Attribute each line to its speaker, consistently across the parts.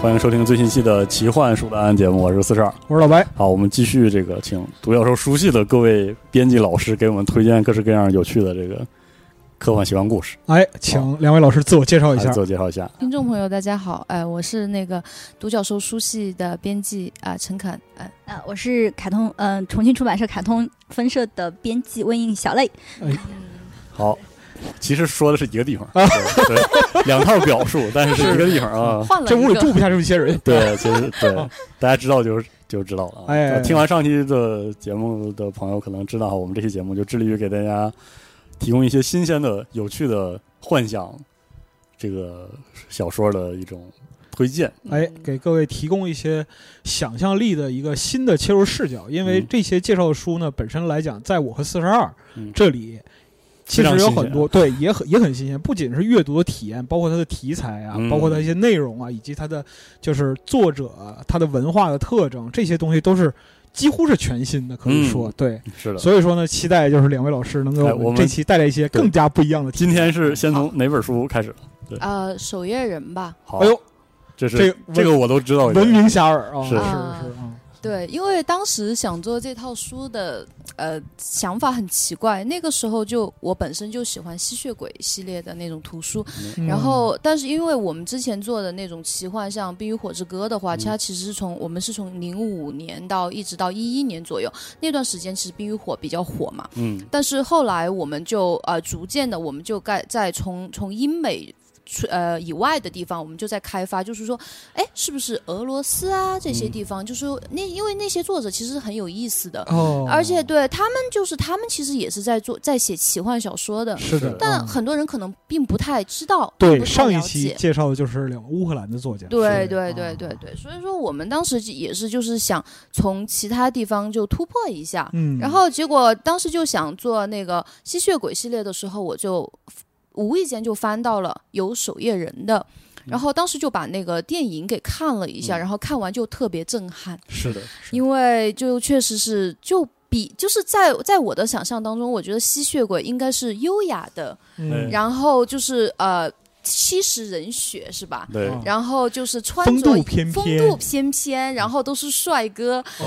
Speaker 1: 欢迎收听最新期的《奇幻鼠的案》节目，我是四十二。
Speaker 2: 我是老白，
Speaker 1: 好，我们继续这个，请独角兽熟悉的各位编辑老师给我们推荐各式各样有趣的这个科幻奇幻故事。
Speaker 2: 哎，请两位老师啊自我介绍一
Speaker 1: 来
Speaker 2: 下
Speaker 1: 自。我介绍一下，
Speaker 3: 听众朋友，大家好，哎、我是那个独角兽书系的编辑啊、陈凯，哎、
Speaker 4: 啊，我是卡通，嗯、重庆出版社卡通分社的编辑温应小磊。
Speaker 1: 好。其实说的是一个 地方，对，对两套表述，但是是一个地方啊。
Speaker 3: 换了
Speaker 2: 这
Speaker 3: 一
Speaker 2: 屋里
Speaker 3: 个
Speaker 2: 住不下这么些 人。
Speaker 1: 对，其实对，大家知道就是就知道了啊。
Speaker 2: 哦哎哎哎
Speaker 1: 听完上期的节目的朋友可能知道，我们这期节目就致力于给大家提供一些新鲜的、有趣的幻想这个小说的一种推荐。
Speaker 2: 哎，
Speaker 3: 嗯
Speaker 2: 给各位提供一些想象力的一个新的切入视角，因为
Speaker 1: 嗯
Speaker 2: 这些介绍的书呢，本身来讲，在我和四十二
Speaker 1: 嗯
Speaker 2: 这里，其
Speaker 1: 非常
Speaker 2: 实有
Speaker 1: 新鲜
Speaker 2: 很多对，也很也很新鲜，不仅是阅读的体验，包括它的题材啊，
Speaker 1: 嗯
Speaker 2: 包括它一些内容啊，以及它的就是作者他的文化的特征，这些东西都是几乎是全新的，可
Speaker 1: 嗯
Speaker 2: 以说对。
Speaker 1: 是的，
Speaker 2: 所以说呢，期待就是两位老师能给
Speaker 1: 哎我
Speaker 2: 我
Speaker 1: 们
Speaker 2: 们这期带来一些
Speaker 1: 对
Speaker 2: 更加不一样的体
Speaker 1: 今
Speaker 2: 验。
Speaker 1: 天是先从哪本书开始？
Speaker 3: 呃守夜人吧，
Speaker 1: 好，
Speaker 2: 哎呦，
Speaker 1: 哦这是
Speaker 2: 这个
Speaker 1: 这个我都知道一点，
Speaker 2: 闻名遐迩啊！
Speaker 1: 是
Speaker 2: 是是，嗯
Speaker 3: 对，因为当时想做这套书的呃想法很奇怪，那个时候就我本身就喜欢吸血鬼系列的那种图书，
Speaker 2: 嗯
Speaker 3: 然后，但是因为我们之前做的那种奇幻，像《冰与火之歌》的话，
Speaker 1: 嗯
Speaker 3: 它其实是从我们是从零五年到一直到一一年左右那段时间，其实《冰与火》比较火嘛。
Speaker 1: 嗯，
Speaker 3: 但是后来我们就呃逐渐的，我们就该在从从英美。出呃，以外的地方，我们就在开发，就是说，哎，是不是俄罗斯啊这些
Speaker 1: 嗯
Speaker 3: 地方，就是说那因为那些作者其实很有意思的，
Speaker 2: 哦，
Speaker 3: 而且对他们就是他们其实也是在做在写奇幻小说的，
Speaker 2: 是的，
Speaker 3: 但
Speaker 2: 嗯
Speaker 3: 很多人可能并不太知道，
Speaker 2: 对
Speaker 3: 不太
Speaker 2: 上一
Speaker 3: 了
Speaker 2: 期
Speaker 3: 解
Speaker 2: 介绍的就是两个乌克兰的作家，
Speaker 3: 对
Speaker 2: 是嗯
Speaker 3: 对对对，对，所以说我们当时也是就是想从其他地方就突破一下
Speaker 2: 啊，嗯，
Speaker 3: 然后结果当时就想做那个吸血鬼系列的时候，我就无意间就翻到了有守夜人的。
Speaker 2: 嗯
Speaker 3: 然后当时就把那个电影给看了一
Speaker 1: 嗯
Speaker 3: 下，然后看完就特别震撼，
Speaker 1: 是的，
Speaker 3: 因为就确实是就比就是在在我的想象当中，我觉得吸血鬼应该是优雅的，
Speaker 1: 哎
Speaker 2: 嗯
Speaker 3: 然后就是呃吸食人血是吧？
Speaker 1: 对，
Speaker 2: 啊
Speaker 3: 然后就是穿着
Speaker 2: 风度翩翩
Speaker 3: 风度翩翩，然后都是帅哥。
Speaker 2: 哦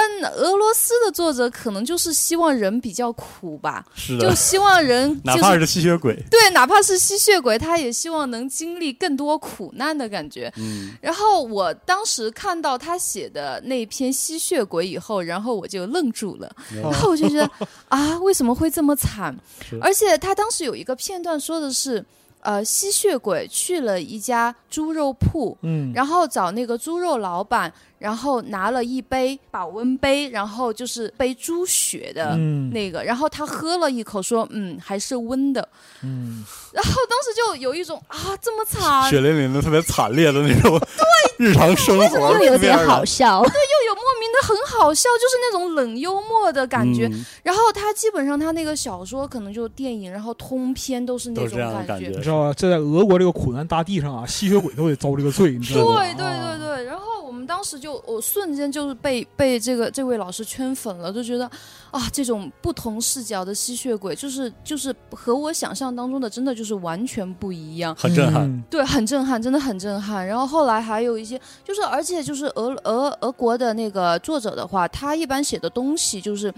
Speaker 3: 但俄罗斯的作者可能就是希望人比较苦吧，
Speaker 1: 是
Speaker 3: 就
Speaker 1: 的，
Speaker 3: 希望人就
Speaker 1: 哪怕
Speaker 3: 是
Speaker 1: 是吸血鬼，
Speaker 3: 对，哪怕是吸血鬼，他也希望能经历更多苦难的感觉。
Speaker 1: 嗯，
Speaker 3: 然后我当时看到他写的那篇吸血鬼以后，然后我就愣住了，
Speaker 1: 嗯
Speaker 3: 然后我就 觉得啊，为什么会这么
Speaker 1: 哦
Speaker 3: 惨
Speaker 1: 是？
Speaker 3: 而且他当时有一个片段说的是，呃，吸血鬼去了一家猪肉铺，
Speaker 2: 嗯，
Speaker 3: 然后找那个猪肉老板，然后拿了一杯保温杯，然后就是杯猪血的
Speaker 2: 嗯
Speaker 3: 那个，然后他喝了一口，说：“嗯，还是温的。
Speaker 2: 嗯，”
Speaker 3: 然后当时就有一种啊，这么
Speaker 2: 哦
Speaker 3: 惨，
Speaker 1: 血淋淋的、特别惨烈的那种日常生活，
Speaker 4: 又有
Speaker 1: 面
Speaker 4: 点
Speaker 1: 儿的
Speaker 4: 好笑，
Speaker 3: 又有莫名的很好笑，就是那种冷幽默的感觉。
Speaker 1: 嗯
Speaker 3: 然后他基本上他那个小说可能就电影，然后通篇都是那
Speaker 1: 都是
Speaker 3: 种
Speaker 1: 这样的
Speaker 3: 感
Speaker 1: 感
Speaker 3: 觉
Speaker 1: 觉。
Speaker 2: 你知道吧？这在俄国这个苦难大地上啊，吸血鬼都得遭这个罪，你知道吗？
Speaker 3: 对对
Speaker 2: 啊
Speaker 1: 哦
Speaker 3: 对对，然后我们当时就，我瞬间就是被被这个这位老师圈粉了，就觉得啊，这种不同视角的吸血鬼，就是就是和我想象当中的真的就是完全不一样。
Speaker 1: 很震撼，
Speaker 2: 嗯
Speaker 3: 对，很震撼，真的很震撼。然后后来还有一些，就是而且就是俄俄俄国的那个作者的话，他一般写的东西就是，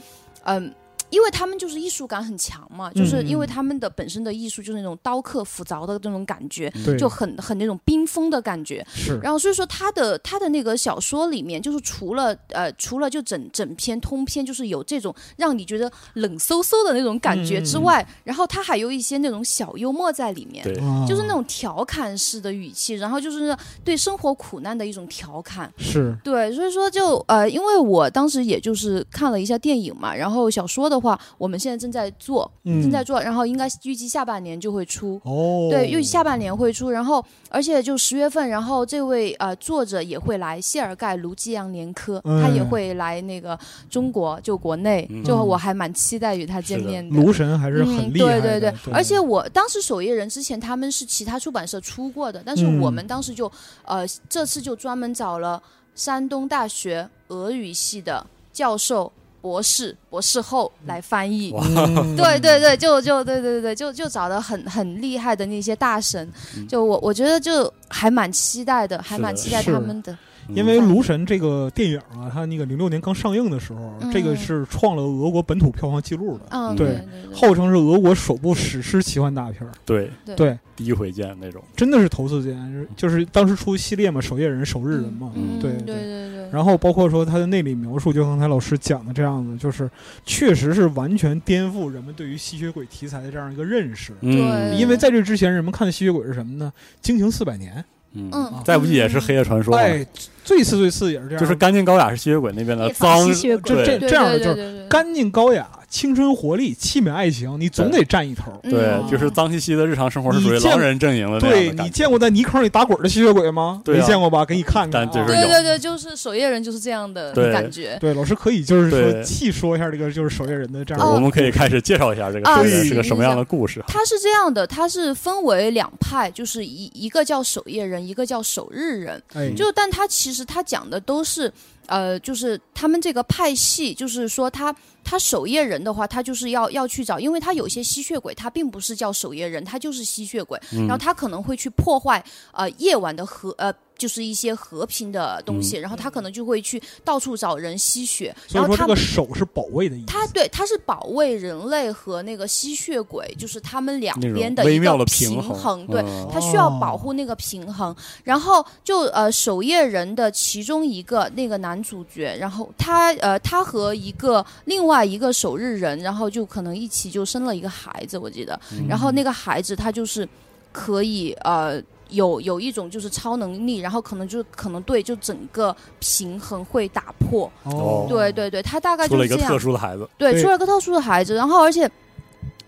Speaker 3: 嗯。因为他们就是艺术感很强嘛，就是因为
Speaker 2: 嗯
Speaker 3: 他们的本身的艺术就是那种刀刻斧凿的那种感觉，
Speaker 2: 嗯对，
Speaker 3: 就很很那种冰封的感觉。
Speaker 2: 是
Speaker 3: 然后所以说他的他的那个小说里面，就是除了呃除了就整整篇通篇就是有这种让你觉得冷飕飕的那种感觉之外，然后他还有一些那种小幽默在里面
Speaker 1: 对。
Speaker 2: 啊
Speaker 3: 就是那种调侃式的语气，然后就是对生活苦难的一种调侃。
Speaker 2: 是
Speaker 3: 对，所以说就呃，因为我当时也就是看了一下电影嘛，然后小说的话，我们现在正在做，
Speaker 2: 嗯
Speaker 3: 正在做，然后应该预计下半年就会出。
Speaker 2: 哦，
Speaker 3: 对，预计下半年会出，然后而且就十月份，然后这位呃作者也会来谢尔盖卢基扬连科，他也
Speaker 2: 嗯
Speaker 3: 会来那个中国，就国内，
Speaker 1: 嗯
Speaker 3: 就我还蛮期待与他见
Speaker 1: 是的
Speaker 3: 面的。
Speaker 2: 卢神还是很
Speaker 3: 嗯，
Speaker 2: 厉害
Speaker 3: 对
Speaker 2: 的，
Speaker 3: 对
Speaker 2: 对
Speaker 3: 而且我当时守夜人之前他们是其他出版社出过的，但是
Speaker 2: 嗯
Speaker 3: 我们当时就、呃这次就专门找了山东大学俄语系的教授博士、博士后来翻译。
Speaker 1: 哇
Speaker 2: 嗯
Speaker 3: 对对对，就就对对对对，就就找的很很厉害的那些大神，
Speaker 1: 嗯
Speaker 3: 就我我觉得就还蛮期待的，还
Speaker 1: 是的
Speaker 3: 蛮期待
Speaker 2: 是
Speaker 3: 他们的。
Speaker 2: 因为《
Speaker 1: 嗯
Speaker 2: 炉神》这个电影啊，它那个零六年刚上映的时候，
Speaker 3: 嗯
Speaker 2: 这个是创了俄国本土票房记录的，
Speaker 3: 嗯，
Speaker 1: 对
Speaker 3: 对对
Speaker 2: 号称是俄国首部史诗奇幻大片儿。
Speaker 1: 对
Speaker 3: 对
Speaker 2: 对，
Speaker 1: 第一回见那种，
Speaker 2: 真的是头次见，就是当时出系列嘛，守夜人、守日人嘛。
Speaker 3: 嗯
Speaker 2: 对
Speaker 3: 对
Speaker 2: 对
Speaker 3: 对对，
Speaker 2: 然后包括说它的内里描述，就刚才老师讲的这样子，就是确实是完全颠覆人们对于吸血鬼题材的这样一个认识。
Speaker 3: 对
Speaker 2: 因为在这之前，人们看的吸血鬼是什么呢？惊情四百年，
Speaker 1: 嗯，
Speaker 3: 嗯，
Speaker 1: 再不济也是黑夜传说嘛，
Speaker 2: 哎，最次最次也是这样，
Speaker 1: 就是干净高雅是吸血鬼那边的
Speaker 4: 也放
Speaker 1: 脏
Speaker 4: 吸，血鬼
Speaker 2: 这这
Speaker 3: 对
Speaker 2: 这样的
Speaker 3: 嗯对
Speaker 2: 就是
Speaker 3: 对对对
Speaker 2: 干净高雅、青春活力、气美爱情，你总得占一头。
Speaker 3: 嗯
Speaker 1: 对，就是脏兮兮的日常生活是属于
Speaker 2: 你见
Speaker 1: 狼人阵营的那
Speaker 2: 对
Speaker 1: 样的感
Speaker 2: 你
Speaker 1: 觉
Speaker 2: 见过在泥坑里打滚的吸血鬼吗？
Speaker 1: 对啊
Speaker 2: 没见过吧？给你看看、啊。
Speaker 1: 但就是
Speaker 3: 对
Speaker 1: 有
Speaker 3: 对对，就是守夜人就是这样的
Speaker 1: 对
Speaker 3: 感觉。
Speaker 2: 对老师可以就是说
Speaker 1: 对
Speaker 2: 细说一下这个就是守夜人的这
Speaker 1: 对
Speaker 2: 样。
Speaker 3: 哦
Speaker 1: 我们可以开始介绍一下这个
Speaker 3: 啊
Speaker 1: 首页
Speaker 2: 对
Speaker 1: 是个什么样的故事哈。
Speaker 3: 它是这样的，它是分为两派，就是一一个叫守夜人，一个叫守日人。
Speaker 1: 嗯
Speaker 2: 哎，
Speaker 3: 就但他其实他讲的都是，呃，就是他们这个派系，就是说他他守夜人的话，他就是要要去找，因为他有些吸血鬼，他并不是叫守夜人，他就是吸血鬼，
Speaker 1: 嗯
Speaker 3: 然后他可能会去破坏呃夜晚的和呃。就是一些和平的东
Speaker 1: 嗯
Speaker 3: 西，然后他可能就会去到处找人吸血，
Speaker 2: 所
Speaker 3: 然
Speaker 2: 以
Speaker 3: 后
Speaker 2: 说这
Speaker 3: 他
Speaker 2: 个手是保卫的意思。
Speaker 3: 他对他是保卫人类和那个吸血鬼，就是他们两
Speaker 1: 那
Speaker 3: 边
Speaker 1: 种
Speaker 3: 的
Speaker 1: 微
Speaker 3: 一
Speaker 1: 妙的
Speaker 3: 个平
Speaker 1: 衡，
Speaker 3: 对，
Speaker 1: 嗯
Speaker 3: 他需要
Speaker 2: 哦
Speaker 3: 保护那个平衡。然后就呃，守夜人的其中一个那个男主角，然后他呃，他和一个另外一个守日人，然后就可能一起就生了一个孩子，我记得。
Speaker 1: 嗯
Speaker 3: 然后那个孩子他就是可以呃。有有一种就是超能力，然后可能就可能对就整个平衡会打破，
Speaker 2: 哦
Speaker 1: 哦，
Speaker 3: 对对对，他大概
Speaker 1: 出
Speaker 3: 就
Speaker 1: 了
Speaker 3: 是
Speaker 1: 一
Speaker 3: 这
Speaker 1: 个
Speaker 3: 样
Speaker 1: 特。殊的孩子，
Speaker 3: 对，
Speaker 2: 对
Speaker 3: 出了个特殊的孩子，然后而且。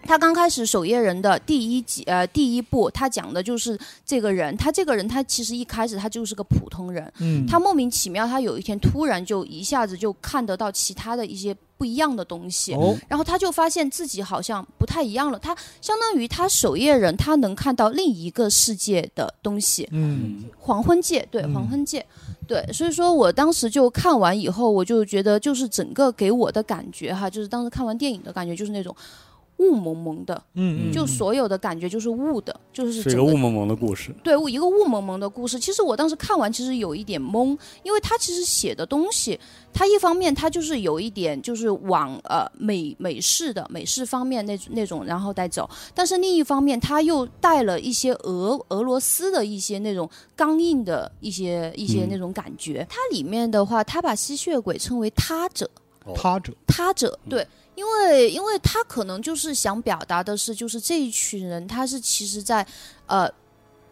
Speaker 3: 他刚开始《守夜人》的第一集，呃，第一部，他讲的就是这个人。他这个人，他其实一开始他就是个普通人，
Speaker 2: 嗯，
Speaker 3: 他莫名其妙，他有一天突然就一下子就看得到其他的一些不一样的东西，
Speaker 2: 哦，
Speaker 3: 然后他就发现自己好像不太一样了。他相当于他守夜人，他能看到另一个世界的东西，
Speaker 2: 嗯，
Speaker 3: 黄昏界，对，
Speaker 2: 嗯
Speaker 3: 黄昏界，对，所以说我当时就看完以后，我就觉得就是整个给我的感觉哈，就是当时看完电影的感觉就是那种雾蒙蒙的，
Speaker 2: 嗯嗯，
Speaker 3: 就所有的感觉就是雾的，就是
Speaker 1: 是
Speaker 3: 整
Speaker 1: 一个
Speaker 3: 个
Speaker 1: 雾蒙蒙的故事。
Speaker 3: 对一个雾蒙蒙的故事。其实我当时看完，其实有一点懵，因为他其实写的东西，他一方面他就是有一点就是往呃美美式的美式方面那那种然后带走，但是另一方面他又带了一些俄俄罗斯的一些那种刚硬的一些一些
Speaker 1: 嗯
Speaker 3: 那种感觉。它里面的话，他把吸血鬼称为他者，
Speaker 2: 他者，
Speaker 3: 他者
Speaker 1: 嗯
Speaker 3: 对。因为，因为他可能就是想表达的是，就是这一群人，他是其实在，呃，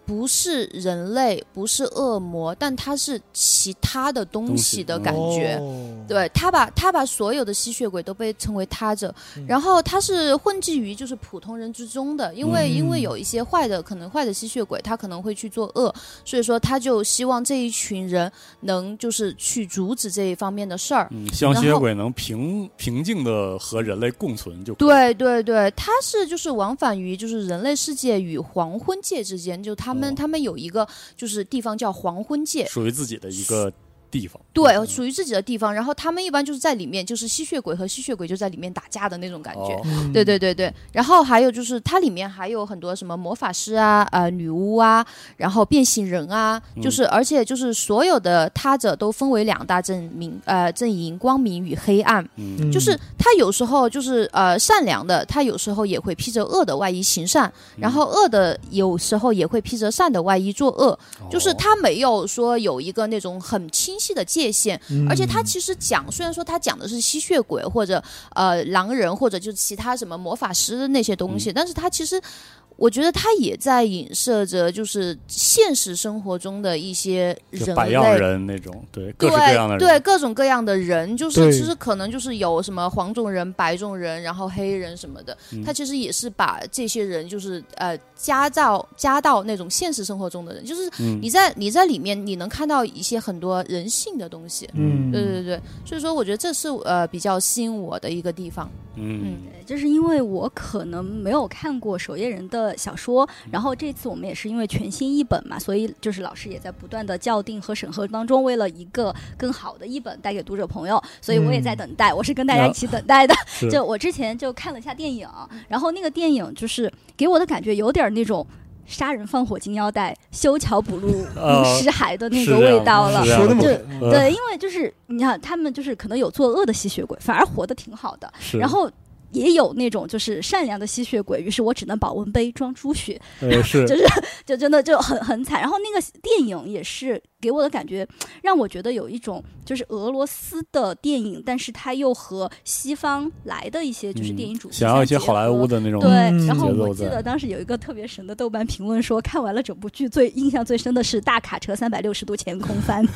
Speaker 3: 不是人类，不是恶魔，但他是其他的东
Speaker 1: 东
Speaker 3: 西
Speaker 1: 西
Speaker 3: 的
Speaker 1: 嗯
Speaker 3: 感觉。
Speaker 2: 哦，
Speaker 3: 对他把他把所有的吸血鬼都被称为他者，
Speaker 2: 嗯
Speaker 3: 然后他是混迹于就是普通人之中的，因为、
Speaker 2: 嗯
Speaker 3: 因为有一些坏的可能坏的吸血鬼，他可能会去作恶，所以说他就希望这一群人能就是去阻止这一方面的事儿。
Speaker 1: 嗯，希望吸血
Speaker 3: 然后
Speaker 1: 鬼能平平静的和人类共存就可以，
Speaker 3: 对对对，他是就是往返于就是人类世界与黄昏界之间，就他
Speaker 1: 哦
Speaker 3: 们、他们有一个就是地方叫黄昏界，
Speaker 1: 属于自己的一个地方。嗯
Speaker 3: 对，属于自己的地方。然后他们一般就是在里面，就是吸血鬼和吸血鬼就在里面打架的那种感觉。
Speaker 1: 哦
Speaker 2: 嗯
Speaker 3: 对对对对，然后还有就是它里面还有很多什么魔法师啊、呃女巫啊，然后变形人啊，
Speaker 1: 嗯
Speaker 3: 就是、而且就是所有的他者都分为两大阵明呃阵营，光明与黑暗。
Speaker 1: 嗯，
Speaker 2: 嗯，
Speaker 3: 就是他有时候就是呃善良的，他有时候也会披着恶的外衣行善，然后恶的有时候也会披着善的外衣作恶，就是
Speaker 1: 嗯哦
Speaker 3: 他没有说有一个那种很清晰的界限，
Speaker 2: 嗯，
Speaker 3: 而且他其实讲，虽然说他讲的是吸血鬼或者呃狼人或者就其他什么魔法师的那些东
Speaker 1: 嗯
Speaker 3: 西，但是他其实我觉得他也在影射着就是现实生活中的一些
Speaker 1: 就
Speaker 3: 人
Speaker 1: 百样
Speaker 3: 类。
Speaker 1: 人那种，对，各式
Speaker 3: 对
Speaker 1: 各样的人，
Speaker 3: 对各种各样的人，就是
Speaker 2: 对
Speaker 3: 其实可能就是有什么黄种人、白种人，然后黑人什么的，
Speaker 1: 嗯
Speaker 3: 他其实也是把这些人就是呃加到加到那种现实生活中的人，就是
Speaker 1: 嗯
Speaker 3: 你在你在里面你能看到一些很多人性的东西，
Speaker 2: 嗯，
Speaker 3: 对对对，所以说我觉得这是呃比较吸引我的一个地方。
Speaker 1: 嗯
Speaker 4: 对，就是因为我可能没有看过守夜人的小说，
Speaker 1: 嗯
Speaker 4: 然后这次我们也是因为全新一本嘛，所以就是老师也在不断的校订和审核当中，为了一个更好的一本带给读者朋友，所以我也在等待，我是跟大家一起等待的。
Speaker 1: 嗯是
Speaker 4: 就我之前就看了一下电影，然后那个电影就是给我的感觉有点那种。杀人放火金腰带，修桥补路
Speaker 1: 啊
Speaker 4: 无尸骸的那
Speaker 1: 是
Speaker 4: 个
Speaker 1: 这样
Speaker 4: 味道
Speaker 1: 是
Speaker 4: 了
Speaker 1: 这。样
Speaker 2: 说那么
Speaker 4: 就
Speaker 2: 狠
Speaker 1: 呃
Speaker 2: 嗯
Speaker 4: 对，因为就是你看，他们就是可能有作恶的吸血鬼，反而活得挺好的。
Speaker 1: 是，
Speaker 4: 然后也有那种就是善良的吸血鬼，于是我只能保温杯装猪血，
Speaker 1: 呃是
Speaker 4: 就就真的就很很惨。然后那个电影也是给我的感觉，让我觉得有一种就是俄罗斯的电影，但是它又和西方来的一些就是电影主
Speaker 1: 嗯
Speaker 4: 题、
Speaker 1: 想要一些好莱坞。的那种
Speaker 4: 对，
Speaker 2: 嗯
Speaker 4: 然后
Speaker 1: 节奏
Speaker 4: 我记
Speaker 1: 在
Speaker 4: 得当时有一个特别神的豆瓣评论说，看完了整部剧最印象最深的是大卡车三百六十度前空翻，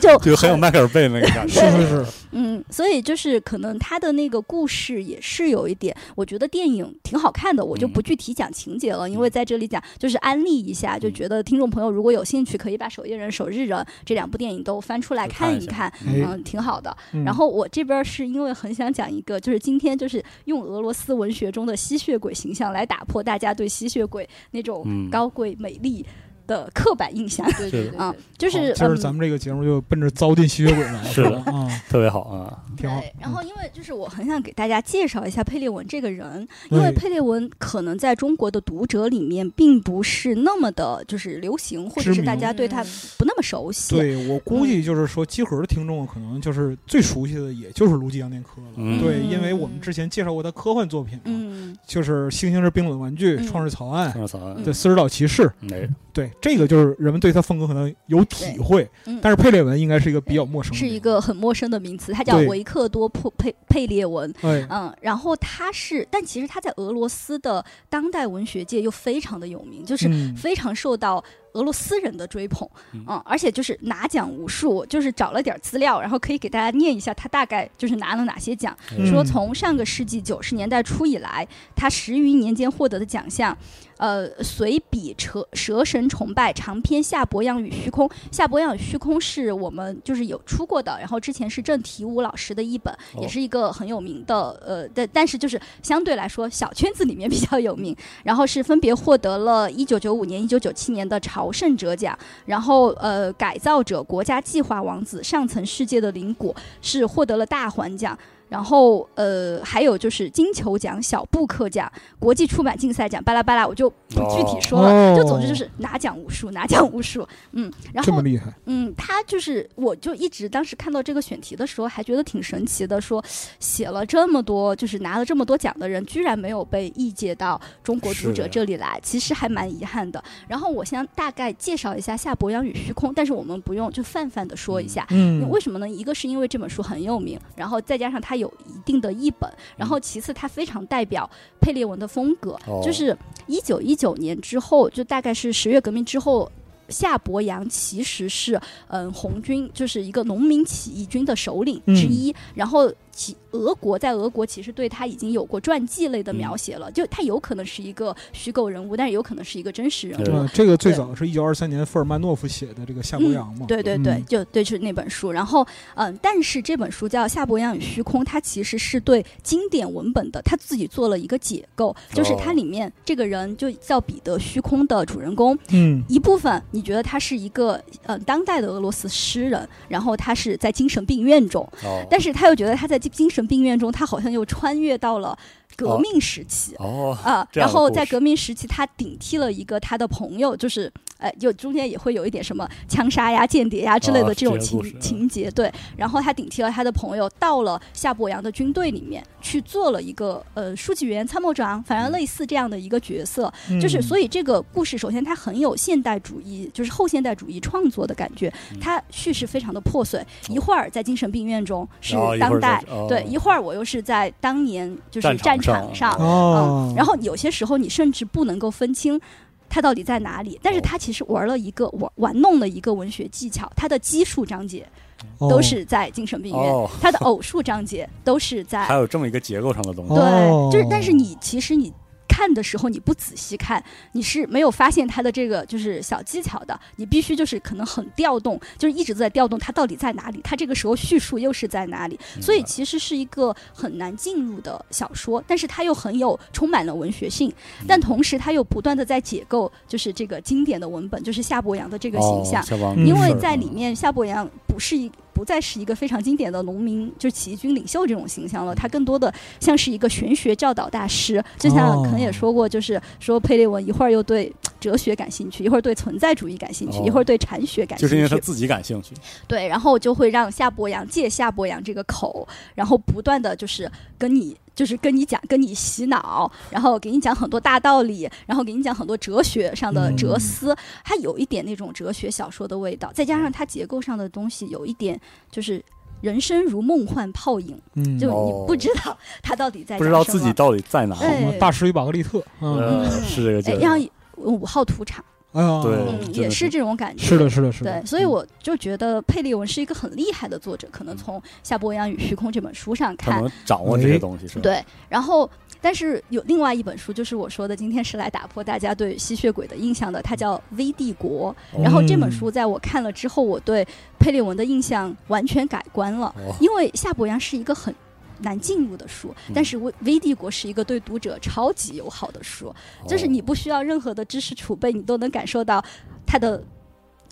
Speaker 4: 就
Speaker 1: 就很有迈克尔贝那个感觉，
Speaker 2: 是是是，
Speaker 4: 嗯，所以就是可能他的那个故事也是有一点，我觉得电影挺好看的，我就不
Speaker 1: 嗯
Speaker 4: 具体讲情节了，因为在这里讲就是安利一下，就
Speaker 1: 嗯
Speaker 4: 觉得听众朋友如果有兴趣，可以把《守夜人》《守日人》这两部电影都翻出来
Speaker 1: 就看
Speaker 4: 看
Speaker 1: 一
Speaker 4: 一
Speaker 1: 下
Speaker 4: 看，
Speaker 2: 哎
Speaker 4: 嗯，挺好的。
Speaker 2: 嗯
Speaker 4: 然后我这边是因为很想讲一个，就是今天就是用俄罗斯文学中的吸血鬼形象来打破大家对吸血鬼那
Speaker 1: 嗯
Speaker 4: 种高贵美丽的刻板印象，
Speaker 3: 对
Speaker 1: 是
Speaker 3: 对对
Speaker 4: 啊
Speaker 3: 对
Speaker 4: 就
Speaker 2: 好
Speaker 4: 是
Speaker 2: 今儿
Speaker 4: 嗯
Speaker 2: 咱们这个节目就奔着糟践吸血鬼来了，
Speaker 1: 是的
Speaker 2: 吧啊，
Speaker 1: 特别好啊。
Speaker 2: 挺好
Speaker 4: 对。然后，因为就是我很想给大家介绍一下佩列文这个人，因
Speaker 2: 对
Speaker 4: 为佩列文可能在中国的读者里面并不是那么的，就是流行，或者
Speaker 2: 知
Speaker 4: 是
Speaker 2: 名
Speaker 4: 大家对他
Speaker 3: 嗯
Speaker 4: 不那么熟悉。
Speaker 2: 对我估
Speaker 4: 嗯
Speaker 2: 计就是说，集合的听众可能就是最熟悉的，也就是卢吉扬电科了。
Speaker 1: 嗯
Speaker 2: 对，因为我们之前介绍过他科幻作品嘛，
Speaker 4: 嗯，
Speaker 2: 就是《猩猩是冰冷玩具》
Speaker 4: 嗯
Speaker 2: 创世草案》
Speaker 1: 我操，
Speaker 4: 嗯
Speaker 2: 对《丝绸岛骑士》，
Speaker 1: 哎，
Speaker 2: 对，这个就是人们对他风格可能有体会，
Speaker 4: 对嗯
Speaker 2: 但是佩列文应该是一个比较陌生的，
Speaker 4: 是一，个很陌生的名词，他叫
Speaker 2: 对
Speaker 4: 维克多·佩佩佩列文。
Speaker 2: 哎，
Speaker 4: 嗯，然后他是，但其实他在俄罗斯的当代文学界又非常的有名，就是
Speaker 2: 嗯，
Speaker 4: 非常受到俄罗斯人的追捧，
Speaker 1: 嗯
Speaker 4: 嗯，而且就是拿奖无数，就是找了点儿资料，然后可以给大家念一下他大概就是拿了哪些奖。
Speaker 1: 嗯
Speaker 4: 说从上个世纪九十年代初以来，他十余年间获得的奖项，呃，随笔《蛇蛇神崇拜》长篇《夏伯阳与虚空》，《夏伯阳与虚空》是我们就是有出过的，然后之前是郑提武老师的一本，
Speaker 1: 哦
Speaker 4: 也是一个很有名的，呃，但但是就是相对来说小圈子里面比 较有名。然后是分别获得了一九九五年、一九九七年的朝圣者奖，然后呃，改造者、国家计划王子、上层世界的邻国是获得了大环奖。然后，呃，还有就是金球奖、小布克奖、国际出版竞赛奖，巴拉巴拉，我就不具体说了。
Speaker 2: 哦
Speaker 4: 就总之就是拿奖无数，拿奖无数。嗯，然
Speaker 2: 这么
Speaker 4: 后
Speaker 2: 厉害，
Speaker 4: 嗯，他就是，我就一直当时看到这个选题的时候，还觉得挺神奇的，说写了这么多，就是拿了这么多奖的人，居然没有被译介到中国
Speaker 1: 是
Speaker 4: 读
Speaker 1: 的
Speaker 4: 者这里来，其实还蛮遗憾的。然后我先大概介绍一下《夏伯阳与虚空》，但是我们不用就泛泛的说一下。因为
Speaker 2: 嗯
Speaker 4: 为什么呢？一个是因为这本书很有名，然后再加上它有一定的译本，然
Speaker 2: 嗯
Speaker 4: 后其次它非常代表佩列文的风格，
Speaker 1: 哦
Speaker 4: 就是一九一九年之后，就大概是十月革命之后。夏伯阳其实是，嗯，红军就是一个农民起义军的首领之
Speaker 1: 嗯
Speaker 4: 一。然后其俄国在俄国其实对他已经有过传记类
Speaker 1: 嗯
Speaker 4: 的描写了，就他有可能是一个虚构人物，但是有可能是一个真实人物。
Speaker 1: 对
Speaker 2: 嗯，这个最早是一九二三年福尔曼诺夫写的这个《夏伯阳》嘛，
Speaker 4: 对对对，
Speaker 2: 嗯
Speaker 4: 就对，就是那本书。然后，嗯，但是这本书叫《夏伯阳与虚空》，它其实是对经典文本的，他自己做了一个解构，就是
Speaker 1: 哦
Speaker 4: 它里面这个人就叫彼得虚空的主人公，
Speaker 2: 嗯，
Speaker 4: 一部分你觉得他是一个嗯当代的俄罗斯诗人，然后他是在精神病院中，
Speaker 1: 哦
Speaker 4: 但是他又觉得他在精神病院中，他好像又穿越到了革
Speaker 1: 哦
Speaker 4: 命时期。
Speaker 1: 哦，
Speaker 4: 啊，
Speaker 1: 这样
Speaker 4: 然
Speaker 1: 的
Speaker 4: 后
Speaker 1: 故
Speaker 4: 在
Speaker 1: 事
Speaker 4: 革命时期，他顶替了一个他的朋友，就是。呃，就中间也会有一点什么枪杀呀、间谍呀之类
Speaker 1: 哦
Speaker 4: 的这种
Speaker 1: 这些
Speaker 4: 情、
Speaker 1: 故事嗯
Speaker 4: 情节，对。然后他顶替了他的朋友，到了夏伯阳的军队里面去做了一个呃书记员、参谋长，反
Speaker 1: 嗯
Speaker 4: 正类似这样的一个角色。就是所
Speaker 2: 以
Speaker 4: 以这个故事，首先它很有现代主义，就是后现代主义创作的感觉
Speaker 1: 嗯。
Speaker 4: 它叙事非常的破碎，一会儿在精神病院中是
Speaker 1: 然后一会
Speaker 4: 当
Speaker 1: 儿再
Speaker 4: 代，
Speaker 1: 哦
Speaker 4: 对，一会儿我又是在当年就是
Speaker 1: 战
Speaker 4: 战
Speaker 1: 场上
Speaker 4: 场上，
Speaker 2: 哦
Speaker 4: 嗯，，然后有些时候你甚至不能够分清它到底在哪里，
Speaker 1: 哦
Speaker 4: 但是它其实玩了一个玩玩弄了一个文学技巧，它的奇数章节
Speaker 2: 后
Speaker 4: 都是在精神病院，
Speaker 1: 哦，
Speaker 4: 它的偶数章节都是在
Speaker 1: 还有这么一
Speaker 4: 对，
Speaker 1: 个结构上的东西，
Speaker 2: 哦
Speaker 4: 就是但是你其实你。看的时候你不仔细看，你是没有发现它的这个就是小技巧的。你必须就是可能很调动，就是一直在调动它到底在哪里，它这个时候叙述又是在哪里。
Speaker 1: 嗯
Speaker 4: 所以其实是一个很难进入的小说，但是它又很有充满了文学性，
Speaker 1: 嗯
Speaker 4: 但同时它又不断的在解构，就是这个经典的文本，就是夏伯阳的这
Speaker 1: 这
Speaker 4: 个形象。
Speaker 1: 夏哦王
Speaker 2: 嗯
Speaker 4: 因为在里面，夏伯阳不是一不再是一个非常经典的农民，就是起义军领袖这种形象了，他更多的像是一个玄学教导大师。就像
Speaker 2: 哦
Speaker 4: 可能也说过，就是说佩列文一会儿又对哲学感兴趣，一会儿对存在主义感兴趣，
Speaker 1: 哦
Speaker 4: 一会儿对禅学感
Speaker 1: 就
Speaker 4: 兴趣，
Speaker 1: 是因为他自己感兴趣，
Speaker 4: 对，然后我就会让夏伯阳借夏伯阳这个口，然后不断的就是跟你。就是跟你讲，跟你洗脑，然后给你讲很多大道理，然后给你讲很多哲学上的哲
Speaker 1: 嗯
Speaker 4: 思，它有一点那种哲学小说的味道，再加上它结构上的东西有一点就是人生如梦幻泡影，
Speaker 2: 嗯，
Speaker 4: 就你
Speaker 1: 哦
Speaker 4: 不知道它到底在
Speaker 1: 不知道
Speaker 4: 讲什
Speaker 1: 自己
Speaker 4: 么
Speaker 1: 到底在哪儿。
Speaker 4: 哎
Speaker 2: 大师与玛格丽特，嗯，
Speaker 1: 呃，
Speaker 4: 嗯
Speaker 1: 是这个劲
Speaker 4: 哎
Speaker 1: 儿。
Speaker 4: 让五号土场，
Speaker 2: 哎呀，
Speaker 1: 对嗯
Speaker 4: 嗯，
Speaker 1: 真
Speaker 4: 也
Speaker 1: 的
Speaker 4: 是
Speaker 1: 是
Speaker 4: 这种感觉，
Speaker 2: 是的，是的，是的
Speaker 4: 对，，所以
Speaker 1: 嗯
Speaker 4: 我就觉得佩利文是一个很厉害的作者，可能从《夏伯阳与虚空》这本书上
Speaker 1: 他
Speaker 4: 看，
Speaker 1: 嗯能掌握这些东西是吧？，
Speaker 4: 对，然后。但是有另外一本书，就是我说的，今天是来打破大家对吸血鬼的印象的，它叫《V 帝
Speaker 1: 哦
Speaker 4: 国》。
Speaker 2: 嗯
Speaker 4: 然后这本书在我看了之后，我对佩利文的印象完全改观了，
Speaker 1: 哦，
Speaker 4: 因为夏伯阳是一个很难进入的书，
Speaker 1: 嗯
Speaker 4: 但是《V V 帝国》是一个对读者超级友好的书，
Speaker 1: 哦
Speaker 4: 就是你不需要任何的知识储备，你都能感受到它的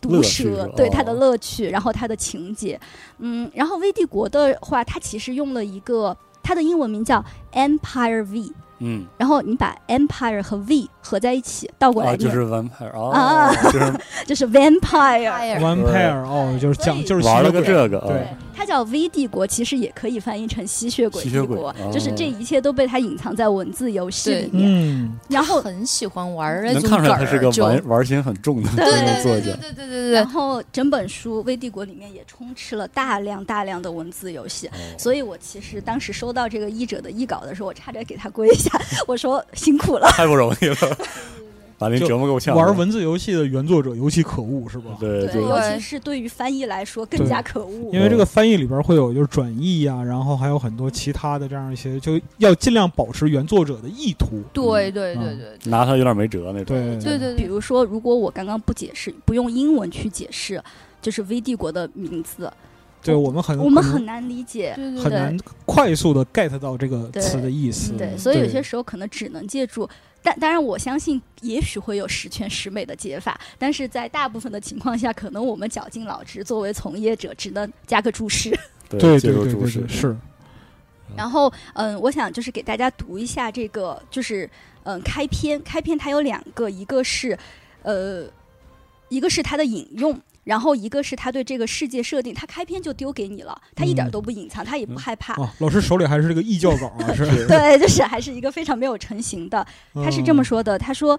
Speaker 4: 毒
Speaker 1: 乐趣是
Speaker 4: 舌
Speaker 1: 吧，
Speaker 4: 对
Speaker 1: 哦
Speaker 4: 它的乐趣，然后它的情节，嗯，然后《微帝国》的话，它其实用了一个它的英文名叫 Empire V，
Speaker 1: 嗯，
Speaker 4: 然后你把 Empire 和 V 合在一起倒过来
Speaker 1: 啊，
Speaker 4: 念，
Speaker 1: 就是玩牌啊
Speaker 4: 啊，
Speaker 1: 就是
Speaker 4: 就是 Vampire，
Speaker 3: 哎呀
Speaker 2: 嗯 One Pair 哦，就是讲就是吸
Speaker 1: 玩了个
Speaker 2: 血鬼，
Speaker 1: 这个，
Speaker 2: 对
Speaker 1: 啊
Speaker 4: 它叫 V 帝国，其实也可以翻译成吸血鬼
Speaker 1: 吸
Speaker 4: 帝
Speaker 1: 血鬼
Speaker 4: 国，
Speaker 1: 哦
Speaker 4: 就是这一切都被它隐藏在文字游戏里面，
Speaker 2: 嗯，
Speaker 4: 然后
Speaker 3: 很喜欢玩儿那
Speaker 1: 能
Speaker 3: 种
Speaker 1: 看出来他
Speaker 3: 梗
Speaker 1: 是
Speaker 3: 儿
Speaker 1: 个
Speaker 3: 就
Speaker 1: 玩玩心很重的这
Speaker 3: 对
Speaker 1: 么一个
Speaker 3: 对
Speaker 1: 作
Speaker 3: 对
Speaker 1: 家
Speaker 3: 对。对对对
Speaker 4: 然
Speaker 3: 对，
Speaker 4: 后整本书《微帝国》里面也充斥了大量大量的文字游戏，
Speaker 1: 哦
Speaker 4: 所以我其实当时收到这个译者的译稿的时候，我差点给他跪下， 我说辛苦了。
Speaker 1: 太不容易了，把您折磨够呛。
Speaker 2: 玩文字游戏的原作者尤其可恶，是吧？
Speaker 1: 对
Speaker 4: 对，
Speaker 1: 对
Speaker 4: 尤其是对于翻译来说更加可恶
Speaker 2: 因。为这个翻译里边会有就是转译呀、然后还有很多其他的这样一些，就要尽量保持原作者的意图。
Speaker 3: 对对对
Speaker 2: 嗯
Speaker 3: 对
Speaker 1: 拿他有点没辙那种。
Speaker 2: 对
Speaker 3: 对对
Speaker 4: 比
Speaker 3: 对，
Speaker 4: 如说，如果我刚刚不解释，不用英文去解释，就是微帝国的名字，
Speaker 2: 对，我们很
Speaker 4: 我们
Speaker 2: 可能
Speaker 4: 很难理解。
Speaker 3: 对对
Speaker 2: 很
Speaker 3: 对，
Speaker 2: 难快速的 get 到这个
Speaker 4: 对
Speaker 2: 词的意思。
Speaker 4: 对，所以有
Speaker 2: 对
Speaker 4: 些时候可能只能借助，但当然我相信也许会有十全十美的解法，但是在大部分的情况下，可能我们绞尽脑汁，作为从业者只能加个注释。
Speaker 2: 对
Speaker 1: 借
Speaker 2: 对
Speaker 1: 助
Speaker 2: 对
Speaker 1: 注
Speaker 2: 对
Speaker 1: 释
Speaker 2: 对，是
Speaker 4: 然后，嗯，我想就是给大家读一下这个，就是嗯，开篇，开篇它有两个，一个是呃，一个是它的引用。然后一个是他对这个世界设定，他开篇就丢给你了，他一点
Speaker 2: 嗯
Speaker 4: 都不隐藏，他也不
Speaker 1: 嗯
Speaker 4: 害怕，
Speaker 2: 啊，老师手里还是这个译教稿 啊，是
Speaker 4: 对，就是还是一个非常没有成型的。他是这么
Speaker 2: 说，
Speaker 4: 说的：“他说，